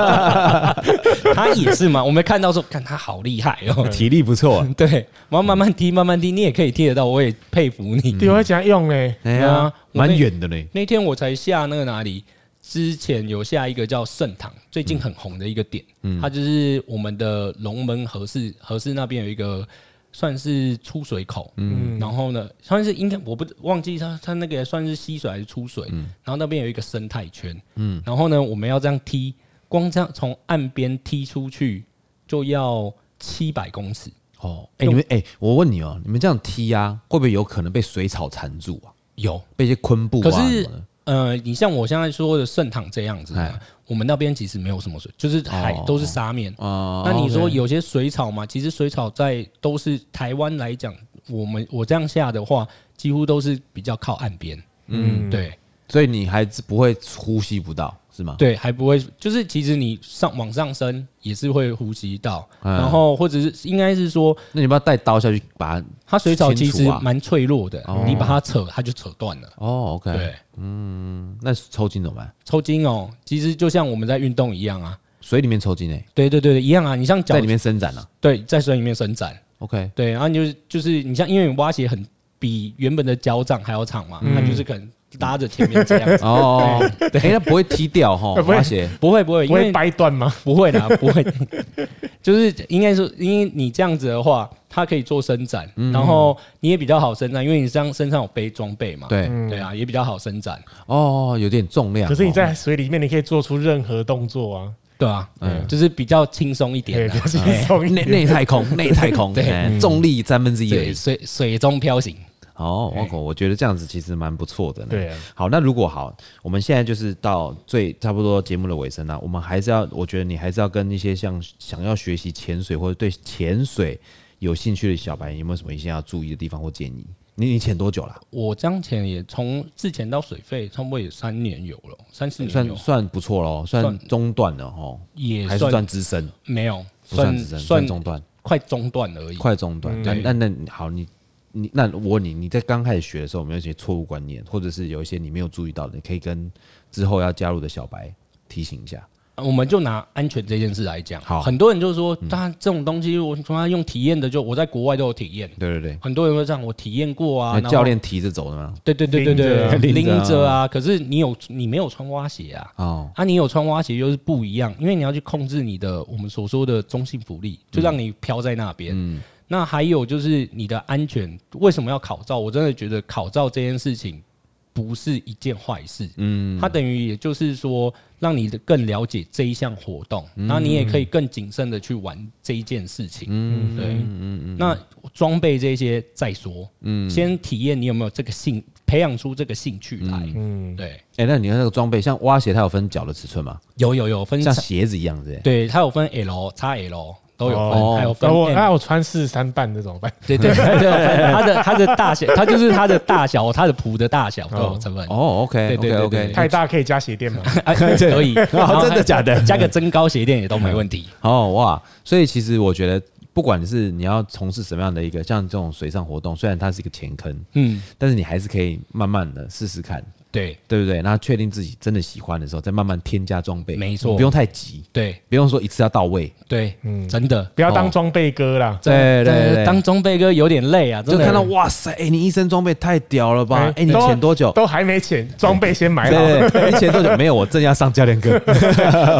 他也是嘛，我们看到说，看他好厉害哦。体力不错啊，对，然后慢慢踢，慢慢踢，你也可以踢得到，我也佩服你。对，我会讲用嘞，哎 对呀啊，我蛮那远的呢。那天我才下那个哪里，之前有下一个叫盛唐，最近很红的一个点，它就是我们的龙门河市，河市那边有一个算是出水口，嗯然后呢，算是应该我不忘记它它那个算是溪水还是出水，然后那边有一个生态圈，嗯，然后呢，我们要这样踢，光这样从岸边踢出去就要七百公尺，哦，哎，你们哎，我问你哦，你们这样踢啊，会不会有可能被水草缠住啊？有。被一些昆布啊可是什么的呃，你像我现在说的盛唐这样子啊哎，我们那边其实没有什么水，就是海哦都是沙面。哦那你说有些水草嘛，其实水草在都是台湾来讲，我们我这样下的话，几乎都是比较靠岸边。嗯，对所以你还是不会呼吸不到是吗？对，还不会，就是其实你上往上升也是会呼吸到，嗯然后或者是应该是说，那你要不要带刀下去把它？它水草其清实除啊蛮脆弱的哦，你把它扯，它就扯断了。哦，OK，对，那抽筋怎么办？抽筋哦，其实就像我们在运动一样啊。水里面抽筋哎，对对对，对一样啊，你像脚在里面伸展啊。对，在水里面伸展。 OK，对，然后你就是就是你像，因为你蛙鞋很比原本的脚掌还要长嘛，它就是可能搭着前面 这样子。哦，哎，它不会踢掉哈，呃 不会滑鞋不会不会，因不会为掰断吗？不会啦，不会， 就是应该说，因为你这样子的话，它可以做伸展，然后你也比较好伸展，因为你这样身上有背装备嘛。对，对啊，也比较好伸展，哦，有点重量。嗯可是你哦在水里面，你可以做出任何动作啊，对啊，嗯就是比较轻松一对，点比啊较。轻松一内点。内太空，内太 空，对哎重力三分之一而对，已。水水中漂行，哦，哇我觉得这样子其实蛮不错的呢。对啊好，那如果好，我们现在就是到最差不多节目的尾声了、我们还是要，我觉得你还是要跟一些像想要学习潜水或者对潜水有兴趣的小白，有没有什么一些要注意的地方或建议？你你潜多久了？我这样潜也从之前到水费，差不多也三年有了，三四年有算，算不错喽，算算中段了哦，也还是算资深，没有，不算算资深，算算中段，快中段而已。快中段。那那那好，你你那我问你，你在刚开始学的时候有没有一些错误观念，或者是有一些你没有注意到的，你可以跟之后要加入的小白提醒一下。我们就拿安全这件事来讲，好嗯很多人就说，当然这种东西我他用体验的就，我在国外都有体验，对对对，很多人会这样，我体验过啊，那然后教，练提着走的吗？对对对对对，拎拎着啊着啊，可是你有你没有穿蛙鞋啊，哦，啊，你有穿蛙鞋又是不一样，因为你要去控制你的我们所说的中性浮力，就让你飘在那边。那还有就是你的安全，为什么要考照？我真的觉得考照这件事情不是一件坏事。嗯，它等于也就是说，让你更了解这一项活动，那、你也可以更谨慎的去玩这一件事情。嗯，对。那装备这些再说，嗯，先体验你有没有这个兴，培养出这个兴趣来。嗯，对，哎、那你看那个装备，像蛙鞋，它有分脚的尺寸吗？有有有分像鞋子一样，对不对？对，它有分 L、XL，都有哦分，还有分那我 M 那我穿四十三半的怎么办？对对对对，它的它的大小，它就是它的大小，它的谱的大小都有成分。哦，OK，对 OK 对对 OK，对太大可以加鞋垫嘛？ 哎，可以，然后哦真的假的加个增高鞋垫也都没问题。哦哇，所以其实我觉得，不管是你要从事什么样的一个像这种水上活动，虽然它是一个钱坑，嗯，但是你还是可以慢慢的试试看，对对不对？那确定自己真的喜欢的时候，再慢慢添加装备，没错不用太急，对不用说一次要到位，对，嗯，真的，不要当装备哥啦，对对真对，的当装备哥有点累啊，真就的看到哇塞，哎，你一身装备太屌了吧？哎，你都潜多久？都还没潜，装备先买对好。对对，你潜多久？没有，我正要上教练 课，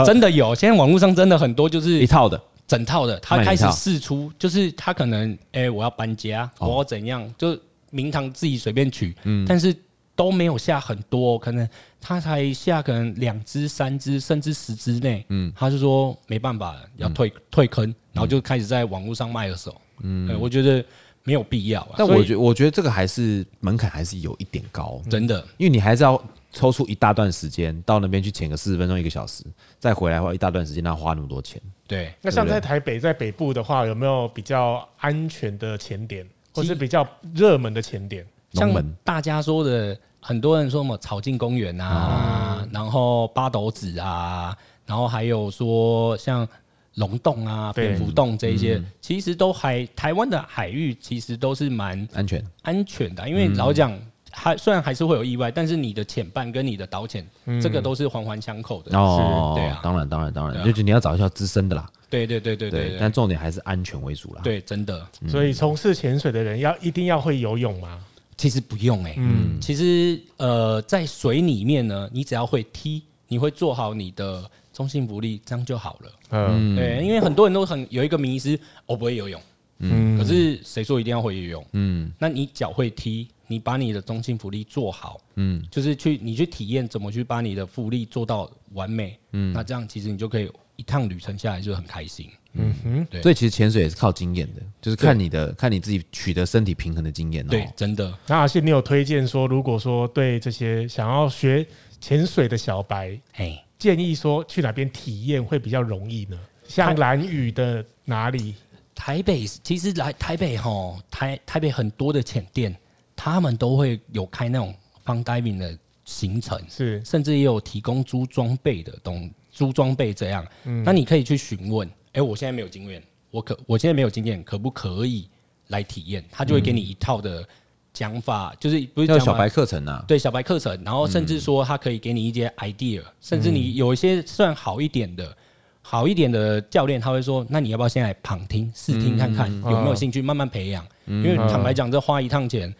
真的有，现在网络上真的很多就一是套的。整套的，他卖一开始套试出，就是他可能，哎，我要搬家，哦嗯我要怎样，就名堂自己随便取，但是都没有下很多，可能他才下可能两只、三只，甚至十只内，嗯，他就说没办法了，嗯要退退坑，然后就开始在网络上卖二手，嗯，我觉得没有必要啊，但所以我觉我觉得这个还是门槛还是有一点高，真的，因为你还是要抽出一大段时间到那边去潜个四十分钟一个小时，再回来的话一大段时间，那花那么多钱，对，那像在台北，在北部的话，有没有比较安全的潜点，或是比较热门的潜点？龙像门大家说的，很多人说什么草径公园啊，哦然后八斗子啊，然后还有说像龙洞啊、对蝙蝠洞这一些，嗯其实都还台湾的海域其实都是蛮安全。安全的啊，因为嗯老实讲。还虽然还是会有意外，但是你的潜伴跟你的导潜，这个都是环环相扣的。嗯哦，对啊当然当然当然，对啊就是你要找一下资深的啦，对对对对对对但重点还是安全为主啦。，对，真的。所以从事潜水的人要一定要会游泳吗？其实不用哎、嗯，其实呃，在水里面呢，你只要会踢，你会做好你的中性浮力，这样就好了。嗯对，因为很多人都很有一个迷思，我不会游泳，嗯，可是谁说一定要会游泳？嗯那你脚会踢，你把你的中性浮力做好，嗯，就是去你去体验怎么去把你的浮力做到完美，嗯，那这样其实你就可以一趟旅程下来就很开心。嗯哼，对所以其实潜水也是靠经验的，就是看你的看你自己取得身体平衡的经验哦。对，真的，那阿信，你有推荐说，如果说对这些想要学潜水的小白，嘿，建议说去哪边体验会比较容易呢？像蓝屿的哪里？台北其实来台北吼，台台北很多的浅店，他们都会有开那种 fun diving 的行程，是甚至也有提供租装备的东租装备这样。嗯那你可以去询问，哎、我现在没有经验，我可我现在没有经验，可不可以来体验？他就会给你一套的讲法，就是不嗯是要讲有法小白课程啊，对小白课程，然后甚至说他可以给你一些 idea，、甚至你有一些算好一点的、好一点的教练，他会说，那你要不要先来旁听试听看看、有没有兴趣，慢慢培养、因为坦白讲，这花一趟钱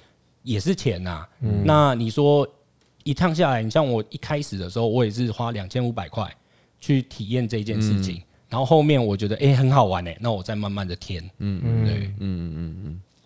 也是钱呐、那你说一趟下来，你像我一开始的时候，我也是花两千五百块去体验这件事情。然后后面我觉得哎、诶很好玩哎、那我再慢慢的填，嗯，对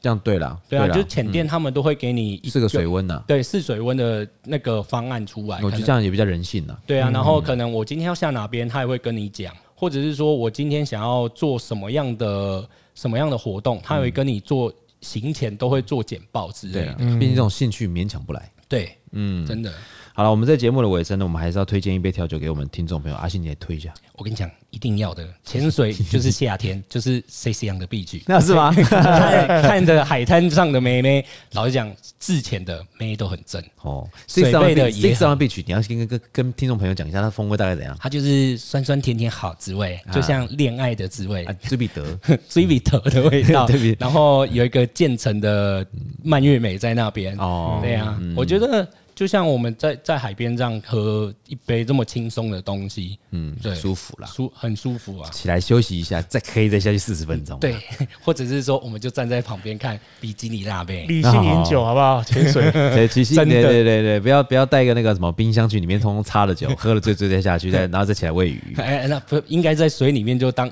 这样对啦，对啊，啦就浅店他们都会给你一是个水有温呐，对试水温的那个方案出来，我觉得可能哦这样也比嗯较人性呐。对啊，然后可能我今天要下哪边，他也会跟你讲，或者是说我今天想要做什么样的什么样的活动，他会跟你做行前都会做简报之类对啊，的。毕竟这种兴趣勉强不来。对，嗯，真的，好了，我们在节目的尾声呢，我们还是要推荐一杯调酒给我们听众朋友。阿信，你来推一 下，。我跟你讲，一定要的。潜水就是夏天，就是谁 C 样的必去 那是吗？看看着海滩上的妹妹，老实讲，自潜的妹都很正，哦水，Six on 杯 the 的 Beach，Six 也 on the Beach，你要先跟跟跟听众朋友讲一下它的风味大概怎样她就是酸酸甜甜好滋味，就像恋爱的滋味啊，？朱彼得，追比特的味 道追比，然后有一个渐层的蔓越莓在那边。哦对啊，我觉得就像我们在在海边这样喝一杯这么轻松的东西，嗯，对舒服啦，舒很舒服啊。起来休息一下，再可以再下去四十分钟。对， 或者是说我们就站在旁边看比基尼 辣妹。理性饮酒啊好不好？潜水 对，其实对真的对对对对，不要不要带个那个什么冰箱去里面通通插了酒，喝了醉醉再下去，再然后再起来喂 鱼。哎，那不应该在水里面就当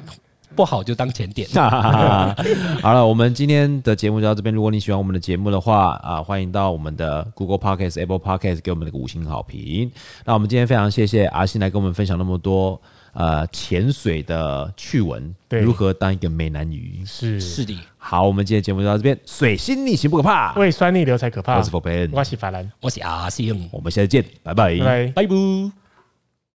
不好就当甜点。好了，我们今天的节目就到这边。如果你喜欢我们的节目的话啊，欢迎到我们的 Google Podcast、Apple Podcast 给我们一个五星好评。那我们今天非常谢谢阿信来跟我们分享那么多呃潜水的趣闻，对如何当一个美男鱼。是是的，好，我们今天节目就到这边，水星逆行不可怕。胃酸逆流才可怕。我是 Forbidden 我是法兰，我是阿信，我们下次见，拜拜拜拜。拜拜。